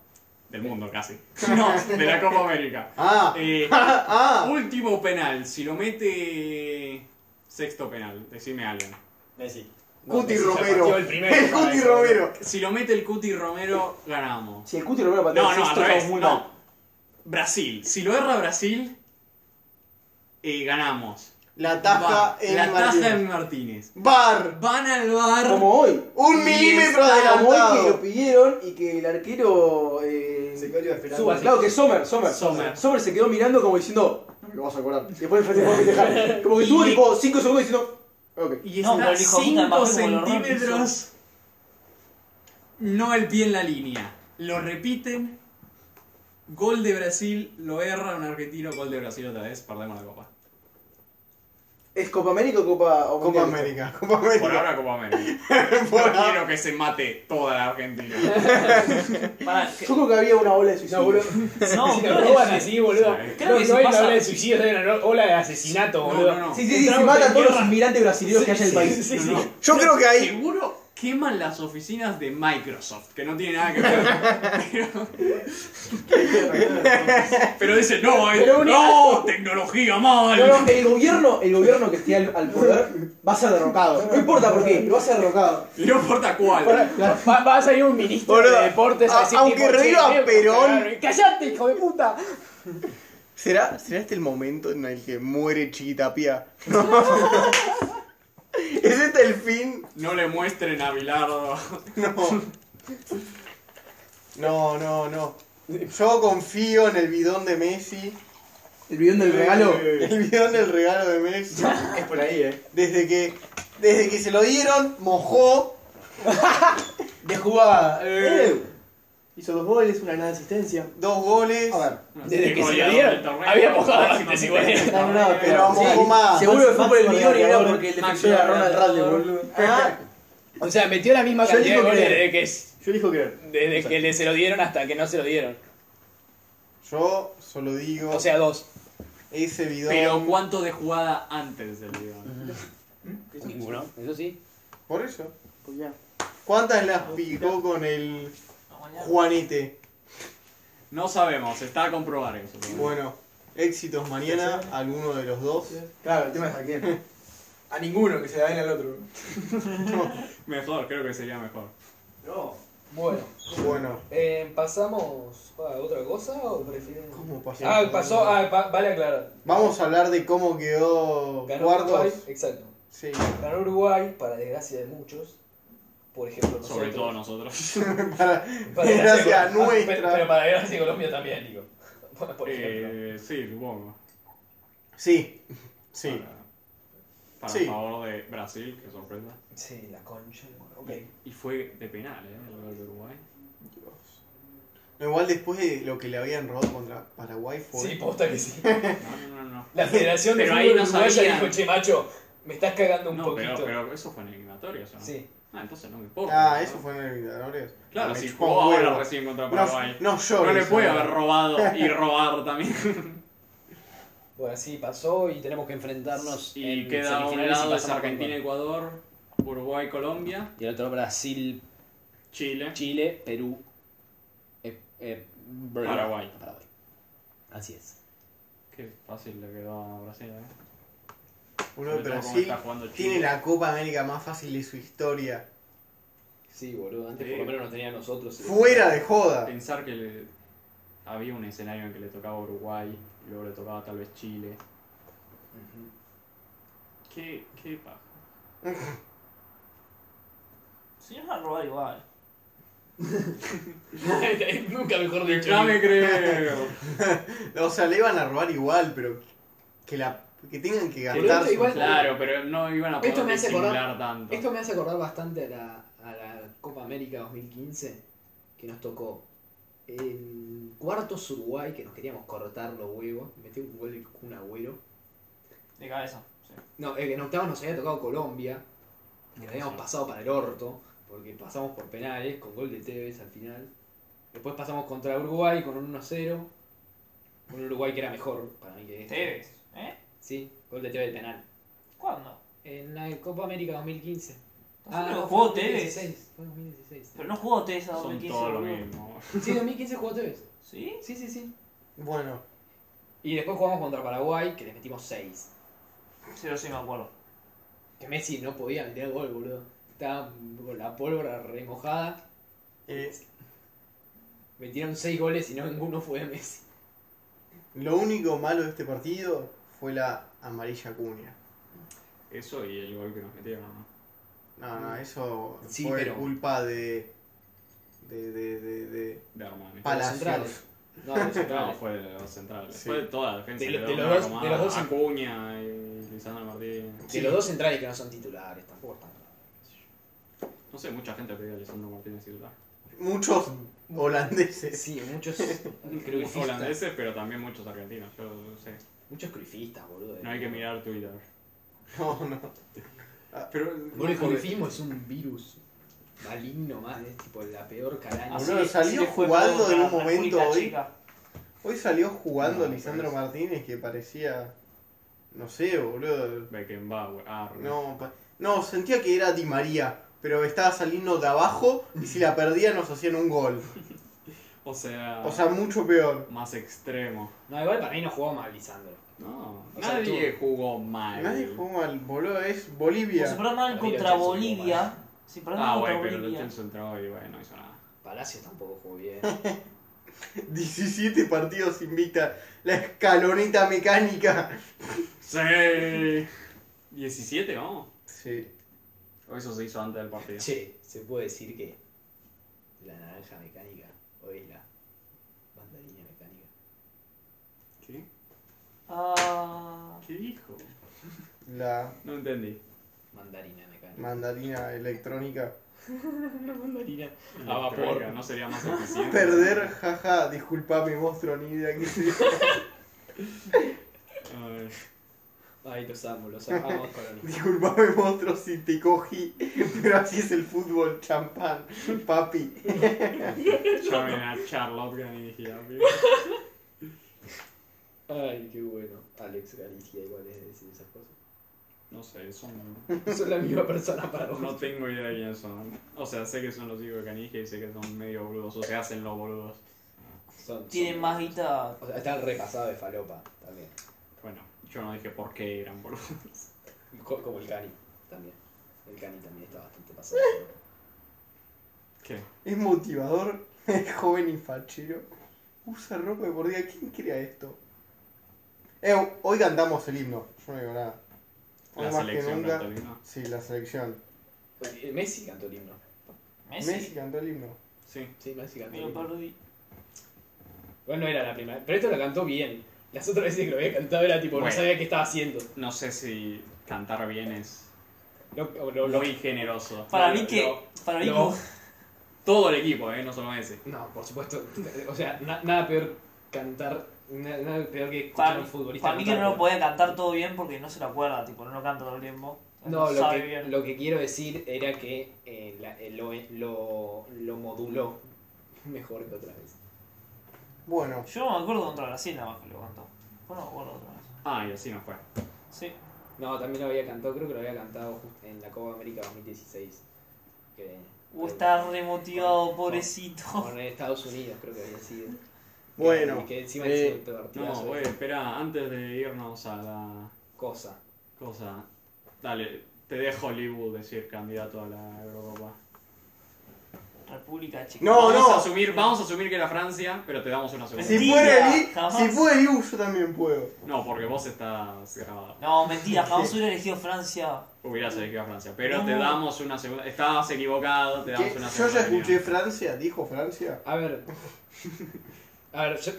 Speaker 3: Del mundo casi. No, de la Copa América.
Speaker 2: Ah.
Speaker 3: Eh,
Speaker 2: Ah.
Speaker 3: último penal, si lo mete sexto penal, decime alguien.
Speaker 7: Messi.
Speaker 2: Cuti
Speaker 7: Messi ya
Speaker 2: Romero.
Speaker 7: pateó el primero
Speaker 2: El
Speaker 7: para
Speaker 2: Cuti
Speaker 7: eso,
Speaker 2: Romero.
Speaker 3: Si lo mete el Cuti Romero, ganamos.
Speaker 2: Si el Cuti Romero patea
Speaker 3: No,
Speaker 2: el
Speaker 3: no, al
Speaker 2: sexto,
Speaker 3: revés.
Speaker 2: estamos muy
Speaker 3: no.
Speaker 2: mal.
Speaker 3: Brasil. Si lo erra Brasil, eh, ganamos.
Speaker 2: La taja
Speaker 3: Va,
Speaker 2: en
Speaker 3: la
Speaker 2: Martínez.
Speaker 3: taja en Martínez.
Speaker 2: Bar.
Speaker 3: Van al bar.
Speaker 5: Como hoy.
Speaker 2: Un
Speaker 3: Y
Speaker 2: milímetro
Speaker 5: Ah, como hoy que
Speaker 2: adelantado.
Speaker 5: lo pidieron y que el arquero. Eh,
Speaker 7: Se quedó esperando.
Speaker 5: suba. Claro que Sommer, Sommer.
Speaker 3: Sommer.
Speaker 5: Sommer se quedó mirando como diciendo. No me lo vas a acordar. Y Después fue tipo festejar. Como que estuvo
Speaker 3: Y-
Speaker 5: tipo 5 segundos diciendo. Ok.
Speaker 3: Y
Speaker 6: No, pero
Speaker 3: está
Speaker 6: el hijo de puta
Speaker 3: 5
Speaker 6: Mbappé como lo rompe,
Speaker 3: centímetros. No el pie en la línea. Lo repiten. Gol de Brasil, lo erra un argentino, gol de Brasil otra vez, perdemos la copa.
Speaker 5: ¿Es Copa América o Copa o
Speaker 2: Copa
Speaker 5: Mundial?
Speaker 2: América. Copa
Speaker 3: Por
Speaker 2: América.
Speaker 3: ahora Copa América.
Speaker 2: Por
Speaker 3: No
Speaker 2: ahora.
Speaker 3: quiero que se mate toda la Argentina.
Speaker 6: Pará, que-
Speaker 5: Yo creo que había una ola de suicidio.
Speaker 6: No,
Speaker 10: Me
Speaker 6: creo que-
Speaker 10: roban así, boludo.
Speaker 3: Sí.
Speaker 6: Creo
Speaker 10: Creo
Speaker 6: que
Speaker 10: que
Speaker 6: si
Speaker 10: no es
Speaker 6: pasa-
Speaker 10: la ola de suicidio, es una ola de asesinato,
Speaker 3: No,
Speaker 10: boludo.
Speaker 3: no, no.
Speaker 5: Sí, sí, sí, se
Speaker 10: Entramos
Speaker 5: matan
Speaker 10: en
Speaker 5: todos los
Speaker 10: guerra.
Speaker 5: inmigrantes brasileños que haya en el país.
Speaker 10: Sí, sí,
Speaker 3: No,
Speaker 10: sí.
Speaker 3: no.
Speaker 2: Yo creo que ahí.
Speaker 3: Seguro queman las oficinas de Microsoft, que no tiene nada que ver. Pero, pero dice, no, eh,
Speaker 5: Pero un
Speaker 3: no, tecnología mal.
Speaker 5: No, no, el gobierno, el gobierno que esté al, al poder va a ser derrocado. No importa por qué, pero va a ser derrocado.
Speaker 3: Y no importa cuál.
Speaker 10: Va, va a salir un ministro
Speaker 2: Boludo,
Speaker 10: de deportes
Speaker 2: a-
Speaker 10: así
Speaker 2: aunque
Speaker 10: tipo, che,
Speaker 2: reviva
Speaker 10: viejo,
Speaker 2: Perón.
Speaker 10: cagaron. ¡Cállate, hijo de puta!
Speaker 2: ¿Será, ¿Será este el momento en el que muere Chiquita Pía? ¿Es este el fin?
Speaker 3: No le muestren a Bilardo.
Speaker 2: No. No, no, no. Yo confío en el bidón de Messi.
Speaker 5: El bidón del regalo.
Speaker 2: El bidón del regalo de Messi.
Speaker 7: Es por ahí, eh.
Speaker 2: Desde que, desde que se lo dieron, mojó.
Speaker 5: De jugada.
Speaker 7: Eh. Hizo dos goles, una gran asistencia.
Speaker 2: Dos goles.
Speaker 5: A ver.
Speaker 10: Desde que se lo dieron, había
Speaker 3: Ah,
Speaker 10: mojado antes igual.
Speaker 5: No, no, no, pero
Speaker 2: Sí,
Speaker 5: Seguro que fue por el
Speaker 7: máximo
Speaker 5: millón y era
Speaker 7: goleador.
Speaker 5: porque el defensor era Ronald Radley, boludo.
Speaker 2: Ah,
Speaker 10: O sea, metió la misma
Speaker 7: Yo
Speaker 10: cantidad de
Speaker 7: digo que-
Speaker 10: goles desde que,
Speaker 7: Yo elijo creer.
Speaker 10: desde que le se lo dieron hasta que no se lo dieron.
Speaker 2: Yo solo digo,
Speaker 10: O sea, dos.
Speaker 2: ese bidón.
Speaker 3: Pero cuánto de jugada antes del video.
Speaker 10: Ninguno. Eso sí.
Speaker 2: Por eso. ¿Cuántas las picó con el Juanete?
Speaker 3: No sabemos, está a comprobar eso.
Speaker 2: Bueno, éxitos mañana, alguno de los dos.
Speaker 5: Claro, el tema es a quién. A ninguno que se la den al otro.
Speaker 3: Mejor, creo que sería mejor.
Speaker 11: Bueno,
Speaker 2: Bueno,
Speaker 11: eh, pasamos a otra cosa o prefieren.
Speaker 2: ¿cómo pasó?
Speaker 11: Ah, pasó, ah, pa- vale aclarar.
Speaker 2: Vamos a hablar de cómo quedó
Speaker 11: Ganó
Speaker 2: Guardos.
Speaker 11: Uruguay, exacto.
Speaker 2: Sí,
Speaker 11: Ganó Uruguay, para desgracia de muchos. Por ejemplo, nosotros.
Speaker 3: Sobre todo nosotros.
Speaker 2: para-
Speaker 11: Para
Speaker 2: Desgracia
Speaker 11: de Col-
Speaker 2: nuestra.
Speaker 11: Ah, Pero, pero para desgracia de Colombia también, digo. Por ejemplo.
Speaker 3: Eh, sí, supongo.
Speaker 2: sí, sí.
Speaker 3: Para, para
Speaker 2: Sí.
Speaker 3: favor de Brasil, que sorprenda.
Speaker 11: Sí, la concha. de- Ok.
Speaker 3: Y fue de penal, ¿eh? El gol de Uruguay.
Speaker 2: No, Igual después de lo que le habían robado contra Paraguay fue...
Speaker 11: Sí, posta que sí.
Speaker 3: No, no, no. no.
Speaker 11: La Federación de
Speaker 3: Pero ahí no
Speaker 11: Fútbol Uruguaya
Speaker 3: sabían.
Speaker 11: dijo, che, macho, me estás cagando un
Speaker 3: No,
Speaker 11: poquito.
Speaker 3: pero, pero eso fue en eliminatorias, ¿o ¿no?
Speaker 11: Sí.
Speaker 3: Ah, entonces no me importa.
Speaker 2: ah, eso
Speaker 3: ¿no?
Speaker 2: fue en el Libertadores.
Speaker 3: Claro,
Speaker 2: Me
Speaker 3: si
Speaker 2: chupa un
Speaker 3: jugó ahora
Speaker 2: huevo.
Speaker 3: recién contra Paraguay.
Speaker 2: No, no
Speaker 3: No,
Speaker 2: llores.
Speaker 3: le puede
Speaker 2: ahora.
Speaker 3: haber robado y robar también.
Speaker 10: Pues
Speaker 11: Bueno, sí, pasó y
Speaker 1: Tenemos que enfrentarnos
Speaker 3: Y
Speaker 1: en
Speaker 3: queda a un
Speaker 1: semifinales y
Speaker 3: lado es
Speaker 1: pasamos con
Speaker 3: Argentina, Ecuador, Uruguay, Colombia,
Speaker 1: Ecuador. Y el otro Brasil,
Speaker 3: Chile.
Speaker 1: Chile, Perú, eh, eh, Bra-
Speaker 3: Paraguay.
Speaker 1: Paraguay. Así es.
Speaker 3: Qué fácil le quedó a Brasil, ¿eh?
Speaker 2: Boludo,
Speaker 3: Sobre todo como
Speaker 2: Brasil
Speaker 3: está jugando Chile.
Speaker 2: tiene la Copa América más fácil de su historia.
Speaker 1: Sí, boludo. Antes
Speaker 3: Sí.
Speaker 1: por lo menos nos tenía a nosotros. eh.
Speaker 2: Fuera de joda.
Speaker 3: Pensar que le- había un escenario en que le tocaba Uruguay, y luego le tocaba tal vez Chile. Qué, qué paja.
Speaker 6: Si no, van a robar igual.
Speaker 10: Nunca mejor dicho.
Speaker 3: Déjame creer.
Speaker 2: O sea, le iban a robar igual, pero que la que tengan que
Speaker 3: Boludo,
Speaker 2: gastar. su-
Speaker 11: igual-
Speaker 3: claro, pero no iban a poder
Speaker 11: Esto me hace acordar-
Speaker 3: disimular tanto.
Speaker 11: Esto me hace acordar bastante a la, a la Copa América 2015, que nos tocó
Speaker 1: El cuarto es Uruguay, que nos queríamos cortar los huevos. Metió un gol el Kun Agüero.
Speaker 6: De cabeza. sí.
Speaker 1: No, eh, en octavos nos había tocado Colombia, que la habíamos pasado para el orto, porque pasamos por penales con gol de Tevez al final. Después pasamos contra Uruguay con un 1-0. Un Uruguay que era mejor para mí que este.
Speaker 6: Tevez, ¿eh?
Speaker 1: Sí, gol de Tevez penal.
Speaker 6: ¿Cuándo?
Speaker 1: En la Copa América 2015.
Speaker 6: Ah,
Speaker 1: no,
Speaker 6: pero
Speaker 1: fue
Speaker 6: jugó
Speaker 1: 2016, Fue 2016.
Speaker 6: Pero no jugó Tevez a
Speaker 3: Son
Speaker 6: 2015.
Speaker 3: todos lo
Speaker 6: boludo.
Speaker 3: mismo.
Speaker 1: Sí, 2015 jugó Tevez.
Speaker 6: ¿Sí?
Speaker 1: Sí, sí, sí.
Speaker 2: Bueno,
Speaker 1: Y después jugamos contra Paraguay, que les metimos 6.
Speaker 6: Sí, yo sí me acuerdo.
Speaker 1: Que Messi no podía meter gol, boludo. Estaba con la pólvora remojada.
Speaker 2: eh,
Speaker 1: Metieron 6 goles y no ninguno fue de Messi.
Speaker 2: lo único malo de este partido fue la amarilla cuña.
Speaker 3: Eso y el gol que nos metieron. ¿no?
Speaker 2: No, no, eso
Speaker 1: Sí,
Speaker 2: fue
Speaker 1: pero-
Speaker 2: culpa de. de. de. de. de
Speaker 3: De Armani.
Speaker 2: Palacios.
Speaker 1: No, no sé.
Speaker 3: No, fue de los centrales.
Speaker 2: Sí.
Speaker 3: Fue de toda la defensa.
Speaker 1: De
Speaker 3: que
Speaker 1: lo-
Speaker 3: le
Speaker 1: de
Speaker 3: dio
Speaker 1: los dos-
Speaker 3: una
Speaker 1: de los dos-
Speaker 3: camada. Acuña y Lisandro Martínez.
Speaker 1: De los dos centrales que no son titulares, tampoco están.
Speaker 3: No sé, mucha gente pedía a Lisandro Martínez titular.
Speaker 2: Muchos holandeses.
Speaker 1: Sí, muchos.
Speaker 3: Muchos
Speaker 1: cruifistas.
Speaker 3: holandeses, pero también muchos argentinos. Yo no sé.
Speaker 1: Muchos cruifistas, boludo.
Speaker 3: No hay que mirar Twitter.
Speaker 2: No, no.
Speaker 3: Pero.
Speaker 1: Bueno, el corifismo es un virus maligno más, es tipo la peor
Speaker 3: Ah,
Speaker 1: caraña.
Speaker 2: Boludo, salió jugando
Speaker 6: todo
Speaker 2: en un
Speaker 6: la
Speaker 2: momento
Speaker 6: República
Speaker 2: hoy.
Speaker 6: Checa.
Speaker 2: Hoy salió jugando
Speaker 3: No,
Speaker 2: Lisandro
Speaker 3: pero
Speaker 2: Martínez que parecía. no sé, boludo.
Speaker 3: Beckenbauer, Arre.
Speaker 2: No, pa- no, sentía que era Di María, pero estaba saliendo de abajo y si la perdía nos hacían un gol.
Speaker 3: O sea,
Speaker 2: O sea, mucho peor.
Speaker 3: más extremo.
Speaker 1: No, igual para mí no jugó mal Lisandro.
Speaker 3: No,
Speaker 1: O sea,
Speaker 3: nadie jugó mal.
Speaker 2: Nadie jugó mal, boludo, es
Speaker 6: Como se
Speaker 2: Bolivia.
Speaker 6: fueron mal
Speaker 1: Para mí la
Speaker 6: contra
Speaker 1: Chelsea jugó
Speaker 6: Bolivia.
Speaker 1: mal.
Speaker 6: Si fueron mal
Speaker 3: Ah,
Speaker 6: contra
Speaker 3: bueno, pero el
Speaker 6: Bolivia.
Speaker 3: Chelsea entró y bueno, no hizo nada.
Speaker 1: Palacios tampoco jugó bien.
Speaker 2: 17 partidos invicta. La escaloneta mecánica.
Speaker 3: Sí. 17, vamos.
Speaker 2: Sí.
Speaker 3: O eso se hizo antes del partido.
Speaker 1: Che, se puede decir que la naranja mecánica hoy es la mandarina mecánica.
Speaker 3: ¿Qué?
Speaker 6: Ah,
Speaker 3: ¿Qué dijo?
Speaker 2: La
Speaker 3: No entendí.
Speaker 1: Mandarina mecánica.
Speaker 2: mandarina electrónica.
Speaker 1: mandarina.
Speaker 3: La
Speaker 1: vapor.
Speaker 3: electrónica, No sería más eficiente.
Speaker 2: Perder, jaja, disculpame, monstruo, ni idea que
Speaker 3: Ay,
Speaker 1: Ay, los amo, los amamos, colonia.
Speaker 2: Disculpame, monstruo, si te cogí, pero así es el fútbol, champán, papi.
Speaker 3: llamen a Charlotte Ganigi.
Speaker 1: Ay, qué bueno. Alex Galicia igual es decir esas cosas.
Speaker 3: No sé, son.
Speaker 1: Son la misma persona para vos.
Speaker 3: No tengo idea de quiénes son. O sea, sé que son los hijos de Canigia y sé que son medio boludos. O se hacen los boludos.
Speaker 1: Son-
Speaker 6: tienen
Speaker 1: son-
Speaker 6: más guita.
Speaker 1: O sea, está el repasado de falopa también.
Speaker 3: Bueno, yo no dije por qué eran boludos.
Speaker 1: Co- Como el cani también. El cani también está bastante pasado. de falopa.
Speaker 3: ¿Qué?
Speaker 2: Es motivador, es joven y fachero. Usa ropa deportiva, ¿quién crea esto? Eh, hoy cantamos el himno, yo no digo nada. Hoy
Speaker 3: La
Speaker 2: más
Speaker 3: selección
Speaker 2: que nunca.
Speaker 3: catalina.
Speaker 2: Sí, la selección.
Speaker 1: Oye, Eh, Messi cantó el himno.
Speaker 6: Messi.
Speaker 2: Messi cantó el himno.
Speaker 3: Sí.
Speaker 1: Sí, Messi cantó
Speaker 6: Me
Speaker 1: el
Speaker 6: lo
Speaker 1: himno.
Speaker 6: perdí.
Speaker 1: Igual no era la primera. Pero esto lo cantó bien. Las otras veces que lo había cantado era tipo,
Speaker 3: Bueno.
Speaker 1: no sabía qué estaba haciendo.
Speaker 3: No sé si cantar bien es
Speaker 1: Lo, lo- lo-
Speaker 3: muy generoso.
Speaker 6: Para
Speaker 1: Lo-
Speaker 6: mí que. para mí
Speaker 1: lo-
Speaker 6: que-
Speaker 3: Todo el equipo, ¿eh? No solo ese.
Speaker 1: No, por supuesto. O sea, na- nada peor cantar. na- Nada peor que escuchar a
Speaker 6: Para,
Speaker 1: un futbolista.
Speaker 6: para mí que
Speaker 1: cantar,
Speaker 6: no lo
Speaker 1: pero-
Speaker 6: podía cantar todo bien porque no se lo acuerda, tipo, no lo canta todo el tiempo.
Speaker 1: No, lo
Speaker 6: sabe
Speaker 1: que,
Speaker 6: bien.
Speaker 1: lo que quiero decir era que eh, la- eh, lo, lo, lo moduló mejor que otra vez.
Speaker 2: Bueno,
Speaker 6: Yo no me acuerdo contra Brasil nada más que lo cantó. Vos no me acuerdo otra vez.
Speaker 3: Ah, y así no fue.
Speaker 6: Sí.
Speaker 1: No, también lo había cantado, creo que lo había cantado just- en la Copa América 2016. Que,
Speaker 6: O Uh, está remotivado, pobrecito.
Speaker 1: Con Estados Unidos, creo que había sido.
Speaker 2: bueno.
Speaker 1: Y que encima
Speaker 2: eh,
Speaker 1: hizo el
Speaker 3: No,
Speaker 1: partidazo,
Speaker 3: güey, espera, antes de irnos a la
Speaker 1: Cosa.
Speaker 3: cosa. Dale, te dejo Hollywood decir candidato a la Eurocopa.
Speaker 6: República Checa.
Speaker 2: No,
Speaker 3: vamos
Speaker 2: no.
Speaker 3: A asumir, vamos a asumir que era Francia, pero te damos una segunda.
Speaker 6: Sí.
Speaker 2: Si
Speaker 6: Mentira,
Speaker 2: puede ir,
Speaker 6: jamás.
Speaker 2: si puede ir, yo también puedo.
Speaker 3: No, porque vos estás grabado.
Speaker 6: No, mentira, jamás hubiera elegido Francia.
Speaker 3: Hubieras elegido a Francia, pero
Speaker 6: No.
Speaker 3: te damos una segunda. Estabas equivocado, te damos
Speaker 2: ¿Qué?
Speaker 3: una
Speaker 2: Yo
Speaker 3: segunda.
Speaker 2: ya escuché
Speaker 3: opinión.
Speaker 2: Francia, dijo Francia.
Speaker 1: A ver. A ver, yo-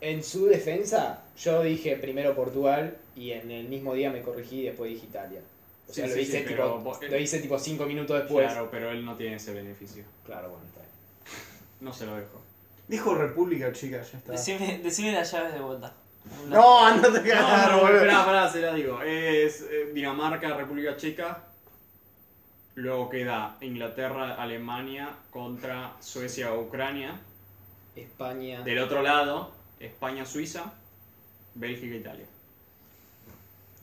Speaker 1: en su defensa, yo dije primero Portugal y en el mismo día me corrigí y después dije Italia. O sea,
Speaker 3: Sí,
Speaker 1: lo,
Speaker 3: sí,
Speaker 1: hice
Speaker 3: sí, pero
Speaker 1: tipo,
Speaker 3: vos-
Speaker 1: lo hice tipo cinco minutos después. Claro,
Speaker 3: Claro, pero él no tiene ese beneficio.
Speaker 1: bueno, está bien.
Speaker 3: No se lo dejo.
Speaker 2: Dijo República Chica, ya está.
Speaker 6: Decime, decime las llaves de vuelta.
Speaker 2: No, andate a cagar,
Speaker 3: No, no,
Speaker 2: boludo.
Speaker 3: Esperá, pará, se la digo. Es eh, Dinamarca, República Checa. Luego queda Inglaterra, Alemania contra Suecia o Ucrania.
Speaker 1: España.
Speaker 3: Del otro lado, España, Suiza, Bélgica, Italia.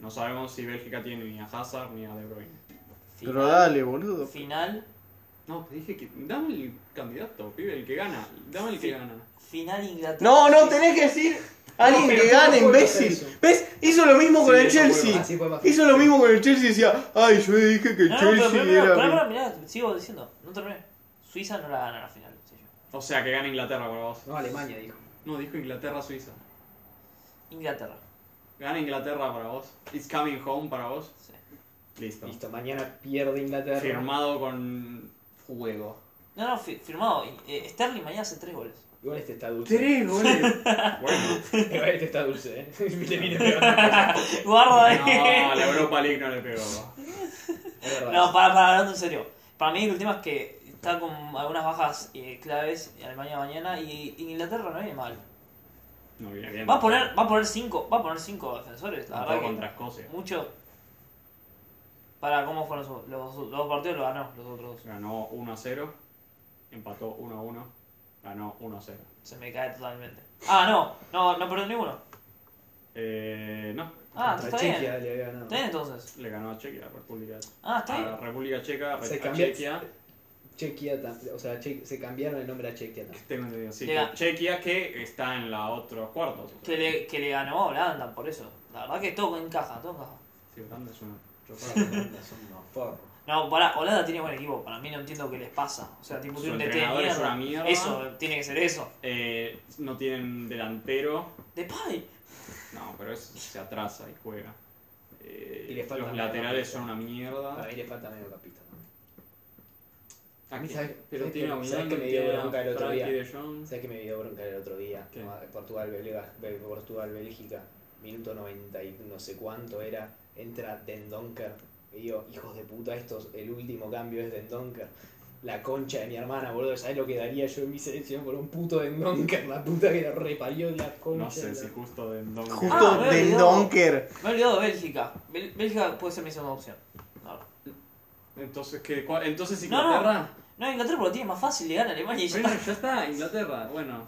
Speaker 3: No sabemos si Bélgica tiene ni a Hazard ni a De Bruyne.
Speaker 2: Pero dale, boludo.
Speaker 6: Final,
Speaker 3: No, te dije que. Dame el candidato, pibe, el que gana. Dame el que gana.
Speaker 6: final Inglaterra.
Speaker 2: No, no, tenés que decir a alguien que gane, imbécil. ¿Ves? Hizo lo mismo con
Speaker 3: Sí,
Speaker 2: el
Speaker 3: eso
Speaker 2: Chelsea.
Speaker 3: puede-
Speaker 1: Así puede pasar.
Speaker 2: Hizo lo mismo con el Chelsea y decía, ay, yo dije que el
Speaker 6: No, no, pero,
Speaker 2: Chelsea
Speaker 6: pero, pero,
Speaker 2: era.
Speaker 6: pará,
Speaker 2: mi-".
Speaker 6: pará, mirá, sigo diciendo, no terminé. Suiza no la gana la final, sé yo.
Speaker 3: O sea, que gana Inglaterra para vos.
Speaker 1: No, Alemania dijo.
Speaker 3: No, dijo Inglaterra, Suiza.
Speaker 6: Inglaterra.
Speaker 3: Gana Inglaterra para vos. It's coming home para vos.
Speaker 6: Sí.
Speaker 3: Listo.
Speaker 1: Listo, mañana pierde Inglaterra.
Speaker 3: Firmado con.
Speaker 1: Juego.
Speaker 6: No, no, fi- firmado. eh, Sterling mañana hace tres goles.
Speaker 1: Igual este está dulce.
Speaker 12: Tres goles.
Speaker 3: Bueno.
Speaker 1: Igual este está dulce, eh. Le viene peor.
Speaker 6: Guarda ahí.
Speaker 3: No, la Europa League no le pegó. pa.
Speaker 1: Es verdad.
Speaker 6: No, para, para, hablando en serio. Para mí el tema es que está con algunas bajas eh, claves Alemania mañana y Inglaterra no viene mal.
Speaker 3: No viene bien.
Speaker 6: Va a poner, va a poner cinco, va a poner cinco defensores, la
Speaker 3: Empató
Speaker 6: verdad
Speaker 3: contra
Speaker 6: que
Speaker 3: Escocia.
Speaker 6: mucho. Para cómo fueron su- los, los dos partidos lo ganó los otros dos.
Speaker 3: Ganó 1 a 0. Empató 1 a 1. Ganó 1 a 0.
Speaker 6: Se me cae totalmente. Ah, no, no, no perdió ninguno.
Speaker 3: Eh, no,
Speaker 6: Ah,
Speaker 1: Contra
Speaker 6: está
Speaker 1: Chequia
Speaker 6: bien.
Speaker 1: le había ganado.
Speaker 6: Está bien entonces.
Speaker 3: le ganó a Chequia, República,
Speaker 6: Ah, está
Speaker 3: a
Speaker 6: bien.
Speaker 3: República Checa,
Speaker 1: Se
Speaker 3: a
Speaker 1: cambió-
Speaker 3: Chequia.
Speaker 1: Chequia tam- o sea, Che- se cambiaron el nombre a Chequia también.
Speaker 3: Tengo entendido, sí,
Speaker 6: Le ga-
Speaker 3: que Chequia que está en la otros cuartos.
Speaker 6: Que le, que le ganó a Holanda, por eso. La verdad que todo encaja, todo encaja.
Speaker 3: Sí, Holanda es una chorrada.
Speaker 1: Son unos forros.
Speaker 6: No, para, Holanda tiene buen equipo, para mí no entiendo qué les pasa. O sea, tipo,
Speaker 3: Su
Speaker 6: tiene un DT de
Speaker 3: entrenador es
Speaker 6: mierda.
Speaker 3: una mierda.
Speaker 6: Eso, tiene que ser eso.
Speaker 3: Eh, no tienen delantero.
Speaker 6: De Pai.
Speaker 3: No, pero es, se atrasa y juega. Eh,
Speaker 1: Y le falta
Speaker 3: los
Speaker 1: medio
Speaker 3: laterales
Speaker 1: campista.
Speaker 3: son una
Speaker 1: A
Speaker 3: mierda.
Speaker 1: mí le falta medio capista también.
Speaker 3: ¿A
Speaker 1: mí
Speaker 3: quién?
Speaker 1: sabes-
Speaker 3: pero
Speaker 1: sabes
Speaker 3: tiene
Speaker 1: que-
Speaker 3: a
Speaker 1: sabes que
Speaker 3: Wijnaldum,
Speaker 1: me dio
Speaker 3: tiene a
Speaker 1: bronca el otro
Speaker 3: Frankie
Speaker 1: día.
Speaker 3: de Jong.
Speaker 1: ¿Sabes que me dio bronca el otro día?
Speaker 3: ¿Qué?
Speaker 1: No, Portugal, Belga, Be- Portugal, Bélgica, minuto 90 y no sé cuánto era, entra Den Donker. Y digo, hijos de puta, estos, el último cambio es Den Donker. La concha de mi hermana, boludo, ¿sabes lo que daría yo en mi selección por un puto Den Donker? La puta que lo reparió la concha.
Speaker 3: No sé
Speaker 1: de
Speaker 3: si
Speaker 1: la-
Speaker 3: justo de
Speaker 2: Justo
Speaker 6: Ah, me
Speaker 2: del
Speaker 6: olvidó.
Speaker 2: Donker.
Speaker 6: Me he olvidado de Bélgica. Bel- Bélgica puede ser mi segunda opción. No, no.
Speaker 3: Entonces, ¿qué? ¿Cuál- Entonces
Speaker 6: No, no.
Speaker 3: Inglaterra.
Speaker 6: No, Inglaterra porque lo tiene más fácil, le gana a Alemania y ya
Speaker 3: Bueno,
Speaker 6: está.
Speaker 3: ya está, Inglaterra. Bueno,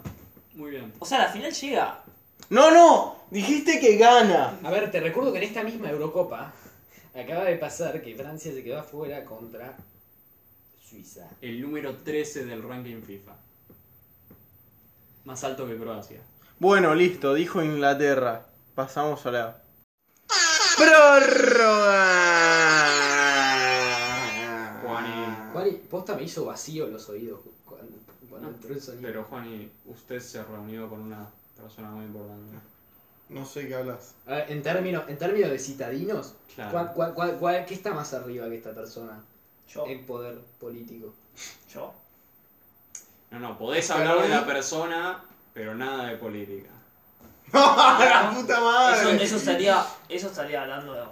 Speaker 3: muy bien.
Speaker 6: O sea, la final llega.
Speaker 2: No, no, dijiste que gana.
Speaker 1: A ver, te recuerdo que en esta misma Eurocopa acaba de pasar que Francia se quedó afuera contra Suiza.
Speaker 3: El número 13 del ranking FIFA. Más alto que Croacia.
Speaker 2: Bueno, listo, dijo Inglaterra. Pasamos a la.
Speaker 3: Ah.
Speaker 2: ¡Prórroga!
Speaker 1: Juani, posta me hizo vacío los oídos cuando, cuando entró el sonido.
Speaker 3: Pero Juani, usted se reunió con una persona muy importante.
Speaker 2: No sé qué hablas.
Speaker 1: A ver, en términos, en términos de citadinos,
Speaker 3: Claro.
Speaker 1: ¿cuál- cuál- cuál- cuál- qué está más arriba que esta persona
Speaker 6: Yo.
Speaker 1: en poder político?
Speaker 6: Yo.
Speaker 3: No, no, podés hablar de la persona, pero nada de política.
Speaker 2: ¡La puta
Speaker 6: Eso,
Speaker 2: madre!
Speaker 6: eso estaría, eso estaría hablando de,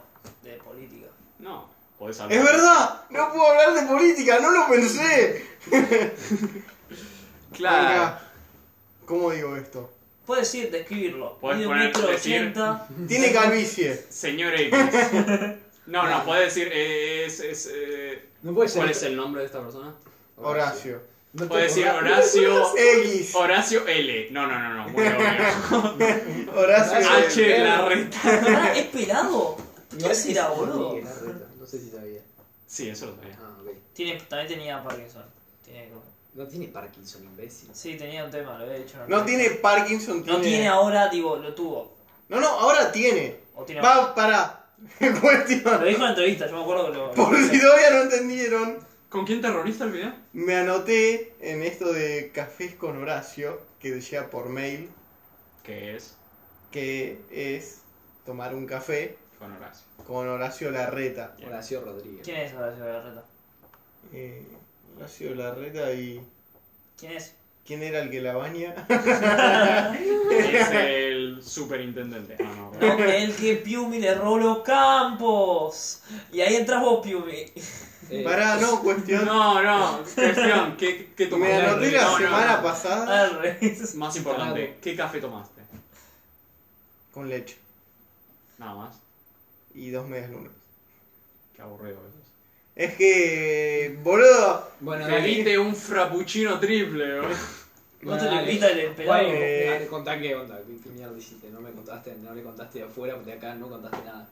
Speaker 6: de política.
Speaker 3: No, podés hablar.
Speaker 2: ¡Es verdad! No puedo hablar de política, no lo pensé.
Speaker 3: Claro.
Speaker 2: Venga, ¿Cómo digo esto?
Speaker 6: Puedes decir, describirlo.
Speaker 3: Podés
Speaker 6: Mide un
Speaker 3: poner-
Speaker 6: metro
Speaker 3: decir-
Speaker 6: ochenta.
Speaker 2: Tiene calvicie.
Speaker 3: Señor X. No, no, podés decir. eh, es- es, eh,
Speaker 1: No puede ser.
Speaker 3: ¿Cuál es el nombre de esta persona?
Speaker 2: Horacio.
Speaker 1: No te
Speaker 3: Podés decir
Speaker 1: acordás.
Speaker 3: Horacio.
Speaker 2: X.
Speaker 3: Horacio L. No, no, no, no. Muy obvio.
Speaker 2: Horacio.
Speaker 3: H. La reta.
Speaker 6: Ah, ¿Es pelado? ¿Qué
Speaker 1: Igual que
Speaker 6: será,
Speaker 1: sí,
Speaker 6: boludo?
Speaker 1: Miguel Arreta, No sé si sabía.
Speaker 3: Sí, eso lo sabía.
Speaker 1: Ah, ok.
Speaker 6: Tiene, también tenía Parkinson. Tiene como-
Speaker 1: No tiene Parkinson, imbécil.
Speaker 6: Sí, tenía un tema, lo había dicho. en
Speaker 2: No
Speaker 6: algún-
Speaker 2: tiene Parkinson.
Speaker 6: No tiene ahora, digo, lo tuvo.
Speaker 2: No, no, ahora tiene.
Speaker 6: O tiene ahora.
Speaker 2: Va, para.
Speaker 6: Lo
Speaker 2: Cuestión.
Speaker 6: dijo en la entrevista, yo me acuerdo que lo.
Speaker 2: Por si todavía no entendieron.
Speaker 3: ¿Con quién terrorista el video?
Speaker 2: Me anoté en esto de cafés con Horacio, que decía por mail,
Speaker 3: Que es
Speaker 2: que es tomar un café
Speaker 3: con Horacio.
Speaker 2: con Horacio Larreta.
Speaker 3: Bien.
Speaker 1: Horacio Rodríguez.
Speaker 6: ¿Quién es Horacio Garreta?
Speaker 2: Eh, Horacio Larreta y...
Speaker 6: ¿Quién es?
Speaker 2: ¿Quién era el que la baña?
Speaker 3: Es el superintendente. Ah, no,
Speaker 6: No, el que Piumi le robó los campos. Y ahí entras vos, Piumi.
Speaker 1: Eh,
Speaker 2: Pará, no, cuestión.
Speaker 3: No, no, cuestión, ¿qué, qué
Speaker 2: Me
Speaker 3: tomaste?
Speaker 2: anoté la
Speaker 3: No, Ah. no,
Speaker 2: semana
Speaker 3: no.
Speaker 2: pasada
Speaker 6: Arre.
Speaker 3: Más importante, ¿qué café tomaste?
Speaker 2: con leche
Speaker 3: Nada más.
Speaker 2: y dos medias lunas.
Speaker 3: Qué aburrido eso es.
Speaker 2: Es que, boludo,
Speaker 1: Bueno,
Speaker 3: Pediste un frappuccino triple, bro.
Speaker 6: Vos te
Speaker 1: Bueno,
Speaker 6: lo
Speaker 1: dale.
Speaker 6: invitas el pelado.
Speaker 1: Guay,
Speaker 2: Eh.
Speaker 1: dale, contá qué onda, qué, qué mierda hiciste, no me contaste, no le contaste de afuera, de acá no contaste nada.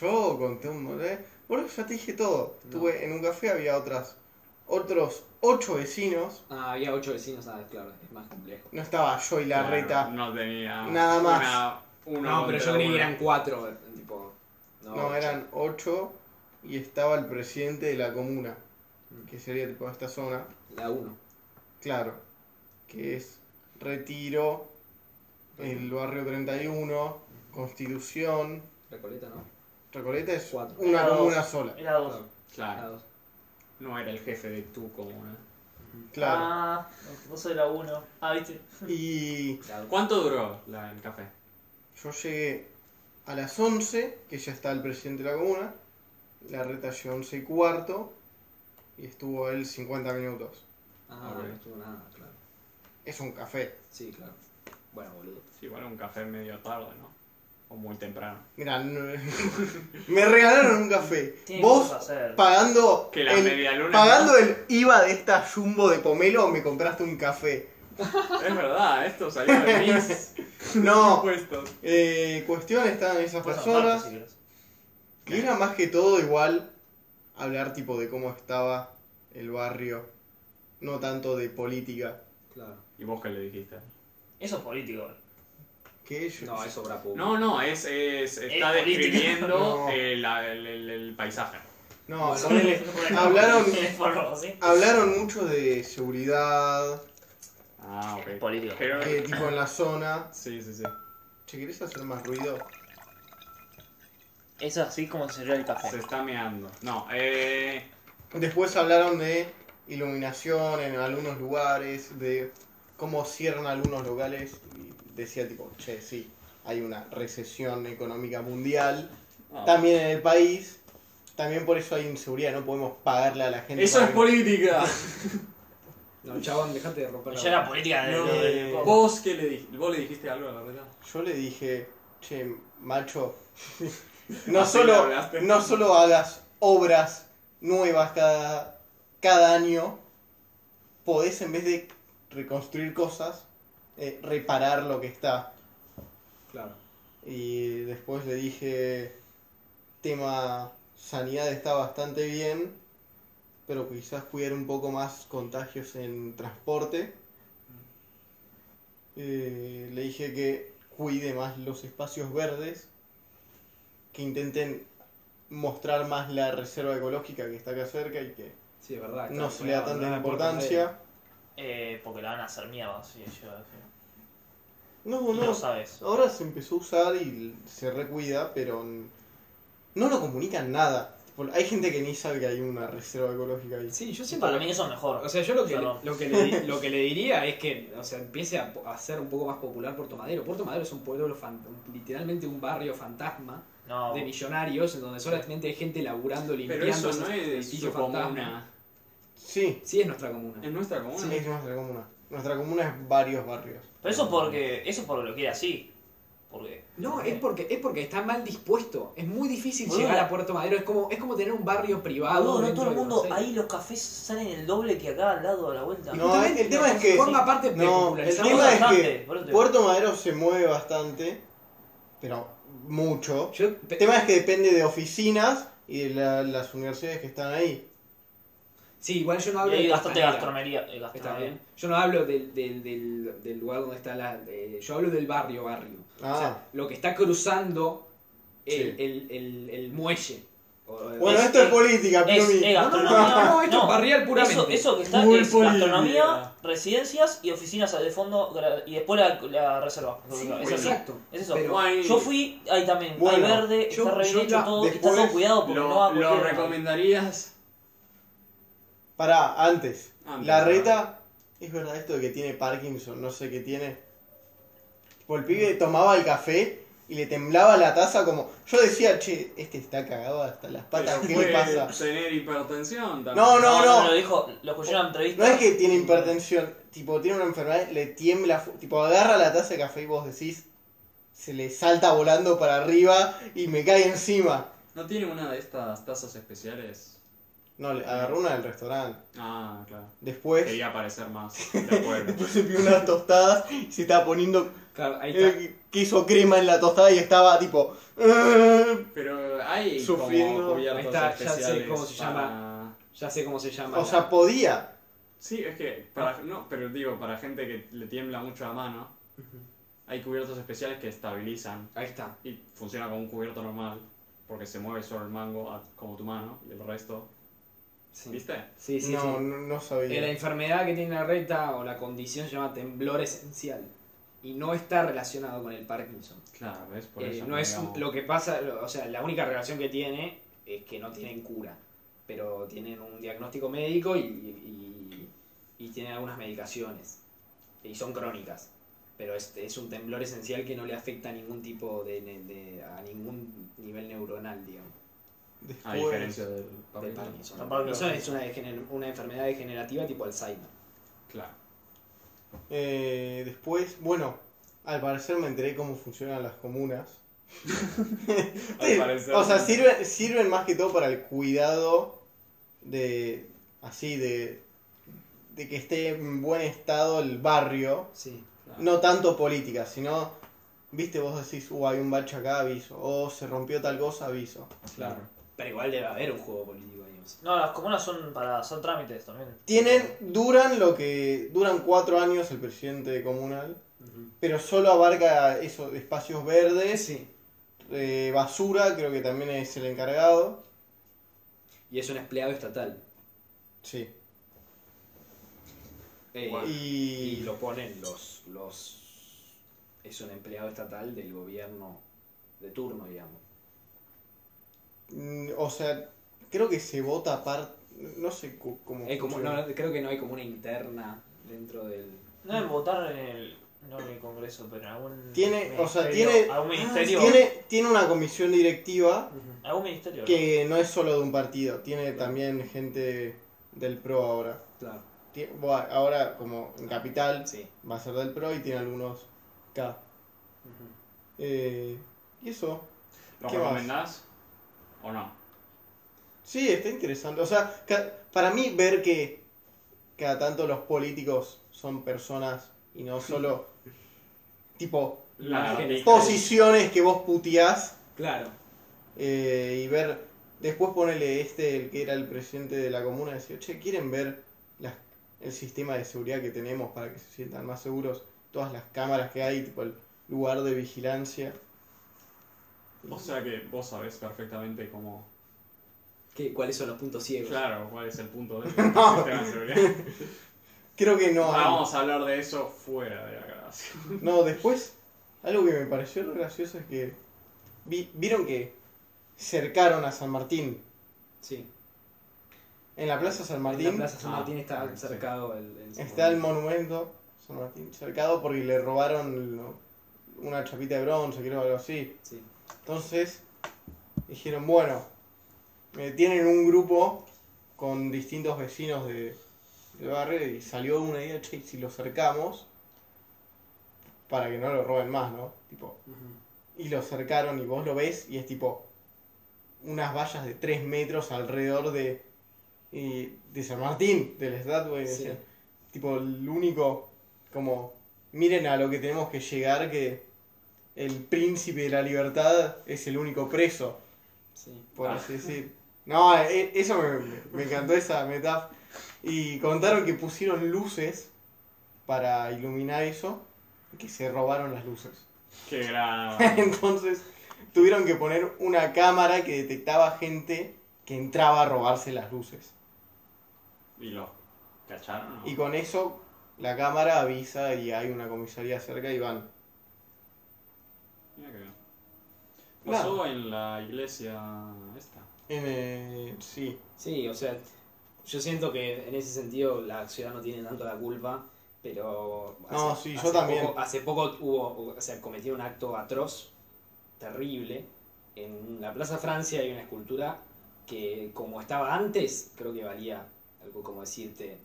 Speaker 2: yo conté un montón. ¿eh? Boludo, ya te dije todo.
Speaker 1: No.
Speaker 2: Estuve en un café, había otras, otros ocho vecinos.
Speaker 1: Ah, había ocho vecinos, ah, claro, es más complejo.
Speaker 2: No estaba yo y la
Speaker 3: Claro,
Speaker 2: reta.
Speaker 3: No tenía.
Speaker 2: Nada más.
Speaker 3: Una, una
Speaker 1: No, pero yo
Speaker 3: contra
Speaker 1: creí que
Speaker 3: uno.
Speaker 1: eran cuatro, eh, tipo.
Speaker 2: No,
Speaker 1: ocho.
Speaker 2: eran ocho y estaba el presidente de la comuna, que sería tipo esta zona.
Speaker 1: La uno.
Speaker 2: Claro, que es Retiro, el barrio 31, Constitución.
Speaker 1: Recoleta, ¿no?
Speaker 2: Recoleta es
Speaker 1: Cuatro. Ah.
Speaker 2: una
Speaker 6: Era dos.
Speaker 2: comuna sola.
Speaker 6: Era dos.
Speaker 1: La
Speaker 3: Claro,
Speaker 1: dos.
Speaker 3: no era el jefe de tu comuna.
Speaker 2: Claro.
Speaker 6: Ah, vos sos la uno. Ah, viste.
Speaker 2: Y
Speaker 1: La dos.
Speaker 3: ¿Cuánto duró la- el café?
Speaker 2: yo llegué a las 11, que ya está el presidente de la comuna. La reta llegó 11 y cuarto y estuvo él 50 minutos.
Speaker 1: Ah, bueno, no estuvo nada, claro.
Speaker 2: Es un café.
Speaker 1: Sí, claro. Bueno, boludo.
Speaker 3: Sí, igual un café medio tarde, ¿no? O muy temprano.
Speaker 2: Mira, me regalaron un café.
Speaker 6: Tiene
Speaker 2: Vos
Speaker 6: cosas para hacer.
Speaker 2: pagando
Speaker 3: Que la
Speaker 2: el-
Speaker 3: medialuna-
Speaker 2: pagando el IVA de esta jumbo de pomelo me compraste un café.
Speaker 3: Es verdad, esto salió de mis
Speaker 2: No,
Speaker 3: impuestos.
Speaker 2: eh, cuestión estaban esas
Speaker 6: Cosas
Speaker 2: personas.
Speaker 6: aparte, si querés.
Speaker 2: Y era más que todo igual hablar tipo de cómo estaba el barrio, no tanto de política.
Speaker 1: Claro.
Speaker 3: ¿Y vos qué le dijiste?
Speaker 6: Eso es político.
Speaker 2: Que ellos
Speaker 1: No, es obra pública.
Speaker 3: No, no, es, es está
Speaker 6: Es política.
Speaker 3: describiendo
Speaker 2: No.
Speaker 3: eh, la- el, el- el paisaje.
Speaker 2: No, ponele- hablaron-
Speaker 6: Hablaron. ¿sí?
Speaker 2: hablaron mucho de seguridad,
Speaker 3: Ah,
Speaker 6: Es
Speaker 3: ok.
Speaker 6: político.
Speaker 3: Pero,
Speaker 2: que tipo en la zona.
Speaker 3: sí, sí, sí.
Speaker 2: Che, ¿querés hacer más ruido?
Speaker 6: Eso así como se sirvió
Speaker 3: Se
Speaker 6: el café.
Speaker 3: está meando. No, eh.
Speaker 2: Después hablaron de iluminación en algunos lugares, de cómo cierran algunos locales. Y decía tipo, che, sí, hay una recesión económica mundial,
Speaker 3: ah,
Speaker 2: también en el país, también por eso hay inseguridad, no podemos pagarle a la gente.
Speaker 3: Eso
Speaker 2: para
Speaker 3: es
Speaker 2: que-
Speaker 3: política.
Speaker 1: No, chabón, dejate de romper la
Speaker 6: Ya era
Speaker 1: boca.
Speaker 6: política de.
Speaker 2: No,
Speaker 6: de- de-
Speaker 2: eh,
Speaker 6: de-
Speaker 3: ¿Vos qué le dijiste? ¿Vos le dijiste algo a la verdad?
Speaker 2: Yo le dije, che, macho, no,
Speaker 3: Así le
Speaker 2: solo,
Speaker 3: hablaste.
Speaker 2: no solo hagas obras nuevas cada, cada año, podés en vez de reconstruir cosas, eh, reparar lo que está.
Speaker 1: Claro.
Speaker 2: Y después le dije, tema sanidad está bastante bien, pero quizás cuidar un poco más contagios en transporte. Eh, le dije que cuide más los espacios verdes, que intenten mostrar más la reserva ecológica que está acá cerca y que
Speaker 1: Sí, es verdad.
Speaker 2: no
Speaker 1: claro,
Speaker 2: se le da
Speaker 1: bueno, no
Speaker 2: tanta
Speaker 1: le importa a nadie.
Speaker 2: importancia.
Speaker 6: Eh, porque la van a hacer mierda. Sí, yo, yo-
Speaker 2: No,
Speaker 6: y
Speaker 2: no,
Speaker 6: lo sabes.
Speaker 2: ahora se empezó a usar y se recuida, pero n- no lo comunican nada. Tipo, Hay gente que ni sabe que hay una reserva ecológica ahí.
Speaker 1: eh. Sí, yo
Speaker 6: Sí,
Speaker 1: siempre
Speaker 6: para mí eso es mejor.
Speaker 1: O sea, yo lo que,
Speaker 6: Claro.
Speaker 1: lo, que le, di- lo que le diría es que o sea, empiece a, po- a ser un poco más popular Puerto Madero. Puerto Madero es un pueblo, fan- un- literalmente un barrio fantasma
Speaker 6: No,
Speaker 1: de millonarios en donde solamente hay gente laburando, limpiando.
Speaker 3: Pero eso no
Speaker 1: esos
Speaker 3: es
Speaker 1: edificios
Speaker 3: su comuna.
Speaker 2: Sí,
Speaker 1: Sí, es nuestra comuna.
Speaker 3: En nuestra comuna.
Speaker 2: sí, es nuestra comuna. Nuestra comuna es varios barrios.
Speaker 6: pero eso porque. Eso porque lo quiere así. Porque.
Speaker 1: No, es porque, es porque está mal dispuesto. Es muy difícil
Speaker 6: Boludo.
Speaker 1: llegar a Puerto Madero. Es como, es como tener un barrio privado.
Speaker 6: Boludo, Ah, no
Speaker 1: dentro
Speaker 6: todo el
Speaker 1: de
Speaker 6: mundo.
Speaker 1: Buenos Aires.
Speaker 6: Ahí los cafés salen el doble que acá al lado a la vuelta.
Speaker 2: No,
Speaker 1: Justamente,
Speaker 2: el tema es que-
Speaker 1: Forma parte de
Speaker 2: No, el
Speaker 1: popularizar-
Speaker 2: tema es
Speaker 6: bastante,
Speaker 2: que
Speaker 6: por eso te-
Speaker 2: Puerto Madero se mueve bastante, pero mucho.
Speaker 1: Yo- pe-
Speaker 2: El tema es que depende de oficinas y de la- las universidades que están ahí.
Speaker 1: Sí, igual yo no
Speaker 6: Y
Speaker 1: hablo
Speaker 6: hay
Speaker 1: de
Speaker 6: bastante
Speaker 1: Costanera.
Speaker 6: gastronomía. eh,
Speaker 1: Está
Speaker 6: gastronomía.
Speaker 1: bien. Yo no hablo del, del, del, del lugar donde está la. de- yo hablo del barrio, barrio.
Speaker 2: Ah.
Speaker 1: O sea, lo que está cruzando
Speaker 2: Sí.
Speaker 1: el, el, el, el muelle. O-
Speaker 2: Bueno,
Speaker 6: Es-
Speaker 2: esto es
Speaker 6: es-
Speaker 2: política,
Speaker 6: Es,
Speaker 2: Plumi.
Speaker 6: es
Speaker 1: no, no, no,
Speaker 6: gastronomía.
Speaker 1: no, no, esto es barrial puramente.
Speaker 6: Eso, eso que está
Speaker 3: Full
Speaker 6: es
Speaker 3: política.
Speaker 6: gastronomía, residencias y oficinas de fondo gra- y después la, la reserva.
Speaker 1: Sí,
Speaker 6: es
Speaker 3: bueno.
Speaker 6: así.
Speaker 1: exacto.
Speaker 6: Es eso.
Speaker 1: Pero-
Speaker 3: Ay,
Speaker 6: Yo fui ahí también.
Speaker 2: Bueno,
Speaker 6: hay verde,
Speaker 1: yo-
Speaker 6: está re bien
Speaker 1: yo
Speaker 6: hecho
Speaker 1: la-
Speaker 6: todo. está
Speaker 2: después
Speaker 6: todo cuidado porque
Speaker 3: Lo,
Speaker 6: no va a
Speaker 3: lo
Speaker 6: cualquiera.
Speaker 3: recomendarías.
Speaker 2: Pará, antes.
Speaker 3: Antes,
Speaker 2: la
Speaker 3: ¿no?
Speaker 2: reta, es verdad esto de que tiene Parkinson, no sé qué tiene. Tipo, el pibe tomaba el café y le temblaba la taza como. Yo decía, che, este está cagado hasta las patas, ¿qué le
Speaker 3: Puede
Speaker 2: pasa?
Speaker 3: Tener hipertensión también.
Speaker 2: No, no, no.
Speaker 6: lo dijo, lo escuché en una entrevista.
Speaker 2: No es que tiene hipertensión, tipo, tiene una enfermedad, le tiembla, fu- tipo, agarra la taza de café y vos decís, se le salta volando para arriba y me cae encima.
Speaker 3: ¿No tiene una de estas tazas especiales?
Speaker 2: No, le agarró una del restaurante.
Speaker 3: Ah, claro.
Speaker 2: Después,
Speaker 3: Quería aparecer más. De acuerdo.
Speaker 2: después se pidió unas tostadas y se estaba poniendo
Speaker 1: Claro, ahí está.
Speaker 2: eh, queso crema en la tostada y estaba tipo. "Eh".
Speaker 3: Pero hay
Speaker 2: Sufriendo.
Speaker 3: como cubiertas
Speaker 1: Ahí está, ya sé
Speaker 3: especiales
Speaker 1: cómo se
Speaker 3: para-
Speaker 1: Ya sé cómo se llama.
Speaker 2: O
Speaker 1: la-
Speaker 2: sea, podía.
Speaker 3: Sí, es que para no, pero digo, para gente que le tiembla mucho la mano, hay cubiertos especiales que estabilizan
Speaker 1: ahí está.
Speaker 3: y funciona como un cubierto normal, porque se mueve solo el mango a- como tu mano y el resto,
Speaker 1: Sí,
Speaker 3: ¿viste?
Speaker 1: sí, sí.
Speaker 2: no,
Speaker 1: sí.
Speaker 2: no, no
Speaker 1: Eh, La
Speaker 2: sabía.
Speaker 1: enfermedad que tiene la reta o la condición se llama temblor esencial y no está relacionado con el Parkinson.
Speaker 3: Claro, ¿ves? Por
Speaker 1: Eh,
Speaker 3: eso
Speaker 1: no es
Speaker 3: digamos,
Speaker 1: lo que pasa, lo- o sea, la única relación que tiene es que no tienen cura, pero tienen un diagnóstico médico y, y- y tienen algunas medicaciones y son crónicas. Pero es, es un temblor esencial que no le afecta a ningún tipo de, ne- de- a ningún nivel neuronal, digamos.
Speaker 3: a
Speaker 2: Después,
Speaker 3: diferencia del
Speaker 1: del
Speaker 3: papel.
Speaker 1: Parkinson. El Parkinson es una, degener- una enfermedad degenerativa tipo Alzheimer.
Speaker 3: Claro.
Speaker 2: eh, después, bueno, al parecer me enteré cómo funcionan las comunas. Sí,
Speaker 3: Al parecer.
Speaker 2: o sea, sirven, sirven más que todo para el cuidado de. así, de. de que esté en buen estado el barrio.
Speaker 1: Sí.
Speaker 3: Claro.
Speaker 2: No tanto política, sino. viste, vos decís, uh, hay un bache acá, aviso. O se rompió tal cosa, aviso.
Speaker 3: Claro.
Speaker 1: Pero igual debe haber un juego político, digamos.
Speaker 6: No, las comunas son para son trámites también.
Speaker 2: Tienen, duran lo que. duran cuatro años el presidente comunal, pero solo abarca esos espacios verdes,
Speaker 1: Sí.
Speaker 2: eh, basura, creo que también es el encargado.
Speaker 1: Y es un empleado estatal.
Speaker 2: Sí.
Speaker 1: Eh, Y
Speaker 2: Y.
Speaker 1: lo ponen los, los... Es un empleado estatal del gobierno de turno, digamos.
Speaker 2: mm, O sea, creo que se vota aparte. No sé cu- cómo.
Speaker 1: Hay como,
Speaker 2: funciona.
Speaker 1: no, creo que no hay como una interna dentro del...
Speaker 6: No deben votar en el. No en el Congreso, pero en algún.
Speaker 2: Tiene- o sea,
Speaker 6: ministerio-
Speaker 2: tiene- Ah,
Speaker 6: Algún ministerio.
Speaker 2: Tiene, tiene una comisión directiva
Speaker 6: Algún ministerio. ¿no?
Speaker 2: que no es solo de un partido, tiene también gente del PRO ahora.
Speaker 1: Claro.
Speaker 2: Tie- bueno, ahora, como en Capital,
Speaker 1: Sí.
Speaker 2: va a ser del PRO y tiene algunos K. Eh, y eso.
Speaker 3: ¿Lo
Speaker 2: ¿Qué más?
Speaker 3: recomendás o no?
Speaker 2: Sí, está interesante. O sea, ca- para mí ver que cada tanto los políticos son personas y no solo tipo
Speaker 3: La
Speaker 1: genética.
Speaker 2: Oh, posiciones que vos puteás
Speaker 1: Claro.
Speaker 2: eh, y ver después ponele este el que era el presidente de la comuna decía, "Che, quieren ver las- el sistema de seguridad que tenemos para que se sientan más seguros, todas las cámaras que hay, tipo el lugar de vigilancia."
Speaker 3: O sea que vos sabés perfectamente cómo.
Speaker 1: ¿Qué, ¿Cuáles son los puntos ciegos?
Speaker 3: Claro, cuál es el punto de sistema de seguridad. Ah,
Speaker 2: Creo que no hay.
Speaker 3: Vamos a hablar de eso fuera de la grabación.
Speaker 2: No, después, algo que me pareció re gracioso es que vi- vieron que cercaron a San Martín.
Speaker 1: Sí.
Speaker 2: En la Plaza San
Speaker 1: En la
Speaker 2: Martín
Speaker 1: Plaza San
Speaker 3: Ah,
Speaker 1: Martín está
Speaker 3: ah, sí.
Speaker 1: cercado el... el-
Speaker 2: está el monumento San Martín cercado porque le robaron lo- una chapita de bronce, creo, algo así.
Speaker 1: Sí.
Speaker 2: Entonces dijeron, bueno, eh, tienen un grupo con distintos vecinos de, del barrio y salió una idea, che, si lo cercamos para que no lo roben más, ¿no? Tipo, y lo cercaron y vos lo ves y es tipo unas vallas de 3 metros alrededor de, y- de San Martín, del estatua. y
Speaker 1: Sí.
Speaker 2: decían, Tipo, el único, como, miren a lo que tenemos que llegar, que el príncipe de la libertad es el único preso,
Speaker 1: Sí.
Speaker 2: por
Speaker 3: Ah.
Speaker 2: así decir. No, e- eso me, me encantó esa metáfora. Y contaron que pusieron luces para iluminar eso, y que se robaron las luces.
Speaker 3: Qué grave.
Speaker 2: Entonces tuvieron que poner una cámara que detectaba gente que entraba a robarse las luces.
Speaker 3: ¿Y lo cacharon? no?
Speaker 2: Y con eso la cámara avisa y hay una comisaría cerca y van.
Speaker 3: Mira qué bien.
Speaker 2: Nada.
Speaker 3: Pasó en la iglesia esta.
Speaker 2: En, eh, sí.
Speaker 1: Sí, o sea, yo siento que en ese sentido la ciudad no tiene tanto la culpa, pero
Speaker 2: No, sí, yo también.
Speaker 1: Poco, hace poco hubo, o sea, cometieron un acto atroz terrible. En la Plaza Francia hay una escultura que, como estaba antes, creo que valía algo como decirte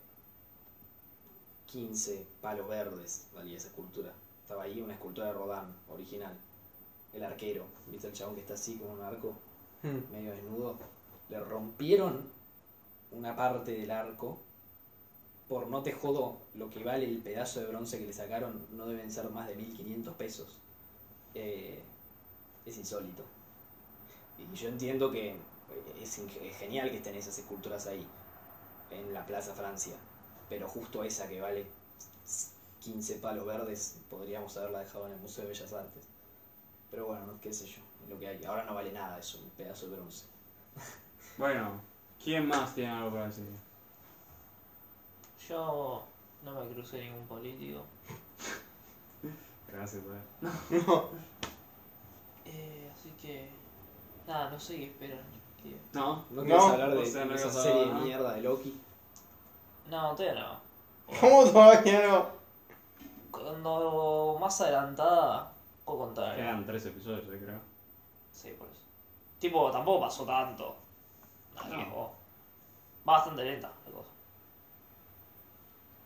Speaker 1: 15 palos verdes, valía esa escultura. Estaba ahí una escultura de Rodán, original. El arquero, ¿viste el chabón que está así con un arco?
Speaker 2: Hmm.
Speaker 1: medio desnudo, le rompieron una parte del arco. Por no te jodo, lo que vale el pedazo de bronce que le sacaron no deben ser más de 1500 pesos. Eh, es insólito. Y yo entiendo que eh, es, ing- es genial que estén esas esculturas ahí, en la Plaza Francia, pero justo esa que vale 15 palos verdes, podríamos haberla dejado en el Museo de Bellas Artes. Pero bueno, qué sé yo, es lo que hay. Ahora no vale nada eso, un pedazo de bronce.
Speaker 3: Bueno, ¿quién más tiene algo para decir?
Speaker 6: Yo no me crucé ningún político.
Speaker 3: Gracias, eh.
Speaker 6: Eh, así que. Nada, no sé qué esperan. tío.
Speaker 3: No,
Speaker 1: ¿No
Speaker 2: No,
Speaker 1: querés hablar de,
Speaker 3: o sea, no
Speaker 1: de esa
Speaker 3: querés hablar
Speaker 1: serie de
Speaker 3: nada.
Speaker 1: mierda de Loki?
Speaker 6: No, todavía no.
Speaker 2: ¿Cómo todavía no?
Speaker 6: Cuando más adelantada, puedo contar. algo.
Speaker 3: quedan tres episodios, yo creo.
Speaker 6: Sí, por eso. Tipo, tampoco pasó tanto. Así que, oh, Va bastante lenta la cosa.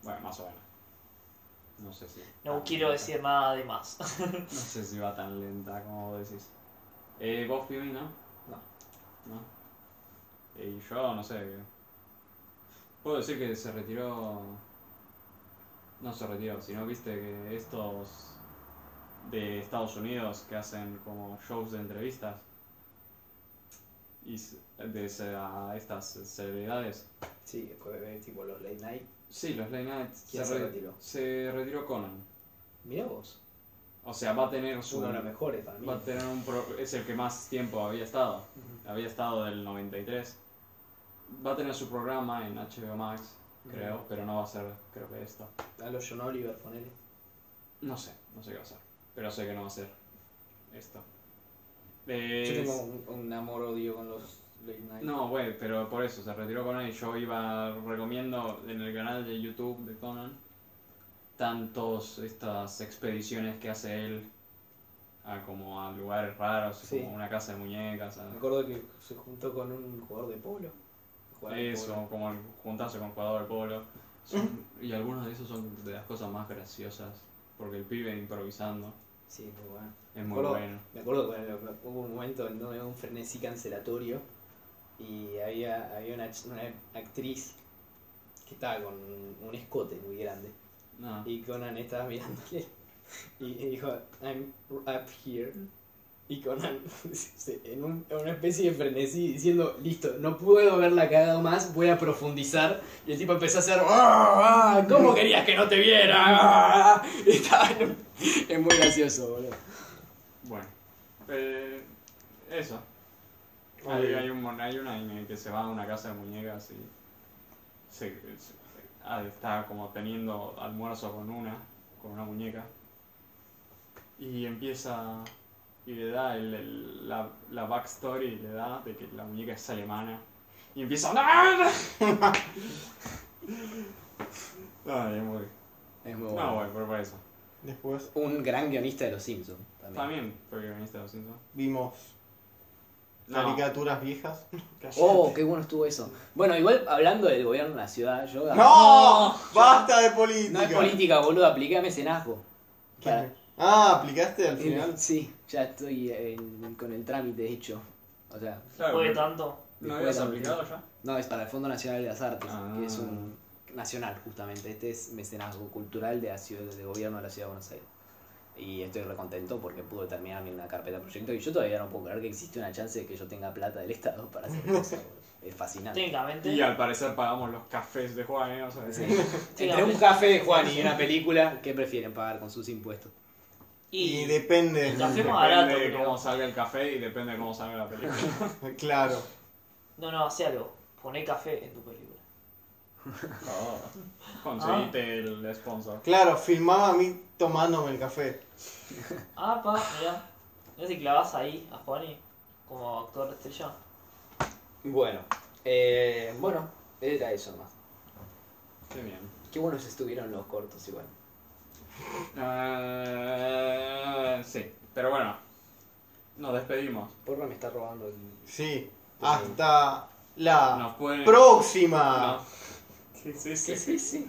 Speaker 3: Bueno, más o menos. No sé si.
Speaker 6: No
Speaker 3: tan
Speaker 6: quiero
Speaker 3: lenta.
Speaker 6: decir nada de más.
Speaker 3: No sé si va tan lenta como vos decís. Eh, vos, Piumi, ¿no?
Speaker 1: No.
Speaker 3: No. Eh, Y yo, no sé. Puedo decir que se retiró. No se retiró, sino viste que estos de Estados Unidos que hacen como shows de entrevistas y s- de ese- a estas celebridades.
Speaker 1: Sí, después de ver tipo los late night.
Speaker 3: Sí, los Late Nights.
Speaker 1: ¿Quién se retiró?
Speaker 3: Se retiró Conan.
Speaker 1: Mirá vos,
Speaker 3: O sea, va a tener
Speaker 1: es
Speaker 3: su.
Speaker 1: uno de los mejores para mí.
Speaker 3: Va a tener un pro- es el que más tiempo había estado. Había estado del 93. Va a tener su programa en HBO Max, creo, pero no va a ser, creo que esto.
Speaker 1: A los John Oliver, ponele.
Speaker 3: No sé, no sé qué va a ser. Pero sé que no va a ser esto.
Speaker 1: Yo
Speaker 3: Eh,
Speaker 1: tengo un, un amor-odio con los late night.
Speaker 3: No, güey, pero por eso se retiró Conan y yo iba, recomiendo en el canal de YouTube de Conan tantos estas expediciones que hace él a como a lugares raros,
Speaker 1: Sí.
Speaker 3: como una casa de muñecas, a-
Speaker 1: Me acuerdo que se juntó con un jugador de polo. Jugador de
Speaker 3: Eso,
Speaker 1: polo.
Speaker 3: como el juntarse con jugador de polo. Son- y algunos de esos son de las cosas más graciosas. Porque el pibe improvisando
Speaker 1: Sí, muy bueno.
Speaker 3: es
Speaker 1: Me
Speaker 3: muy
Speaker 1: acuerdo-
Speaker 3: bueno.
Speaker 1: Me acuerdo que hubo un momento en donde hubo un frenesí cancelatorio y había, había una, ch- una actriz que estaba con un escote muy grande
Speaker 3: No.
Speaker 1: y Conan estaba mirándole y, y dijo, I'm up here. Y Conan, se- en, un- en una especie de frenesí, diciendo, listo, no puedo verla cagado más, voy a profundizar. Y el tipo empezó a hacer, "Ah, ah, ¿cómo querías que no te viera? Ah, ah". Y estaba en un- es muy gracioso, boludo.
Speaker 3: Bueno. Eh, eso. Hay, hay, un, mon- hay un anime que se va a una casa de muñecas y se, se- ah, está como teniendo almuerzo con una, con una muñeca. Y empieza y le da el, el- la, la backstory, le da de que la muñeca es alemana. Y empieza a... Ay, es muy...
Speaker 1: Es muy
Speaker 2: Ah,
Speaker 1: bueno.
Speaker 3: No, güey, pero por eso.
Speaker 2: Después
Speaker 1: un gran guionista de los Simpsons
Speaker 3: También fue guionista de los Simpsons.
Speaker 2: vimos
Speaker 3: No,
Speaker 2: caricaturas viejas.
Speaker 11: Oh, qué bueno estuvo eso. Bueno, igual hablando del gobierno de la ciudad, yo.
Speaker 2: ¡No! ¡Basta de política!
Speaker 11: No es política, boludo, apliqué a mecenazgo.
Speaker 2: ¿Qué?
Speaker 11: Para-
Speaker 2: Ah, aplicaste al final.
Speaker 11: Sí, ya estoy en- con el trámite hecho. O sea,
Speaker 3: claro,
Speaker 6: Fue
Speaker 3: pero-
Speaker 6: tanto.
Speaker 3: ¿no
Speaker 11: después
Speaker 3: habías
Speaker 11: la-
Speaker 3: aplicado ya?
Speaker 11: No, es para el Fondo Nacional de las Artes,
Speaker 3: Ah.
Speaker 11: que es un nacional justamente. Este es mecenazgo cultural de la ciudad, de gobierno de la ciudad de Buenos Aires. Y estoy recontento porque pude terminar mi- una carpeta de proyecto y yo todavía no puedo creer que existe una chance de que yo tenga plata del Estado para hacer cosas. boludo. es fascinante.
Speaker 6: Técnicamente.
Speaker 3: Y al parecer pagamos los cafés de Juan, ¿eh? O sea,
Speaker 11: Sí. Entre un
Speaker 6: técnicamente-
Speaker 11: café de Juan y una película, ¿qué prefieren pagar con sus impuestos?
Speaker 2: Y
Speaker 6: Y,
Speaker 2: depende.
Speaker 6: El café más barato.
Speaker 3: depende de
Speaker 6: creo.
Speaker 3: cómo salga el café y depende de cómo salga la película.
Speaker 2: Claro.
Speaker 6: No, no, hacé algo. Poné café en tu película.
Speaker 3: Conseguiste el sponsor.
Speaker 2: Claro, filmaba a mí tomándome el café.
Speaker 6: Ah, pa, mirá. No sé si clavás ahí a Juani como actor estrella.
Speaker 1: Bueno, eh, bueno, era eso nomás.
Speaker 3: Qué bien.
Speaker 1: Qué buenos estuvieron los cortos igual.
Speaker 3: Eh, sí, pero bueno. Nos despedimos.
Speaker 1: Porra me está robando el.
Speaker 2: Sí. Hasta la Ah.
Speaker 3: Nos pueden.
Speaker 2: próxima.
Speaker 3: No. Sí, sí, sí.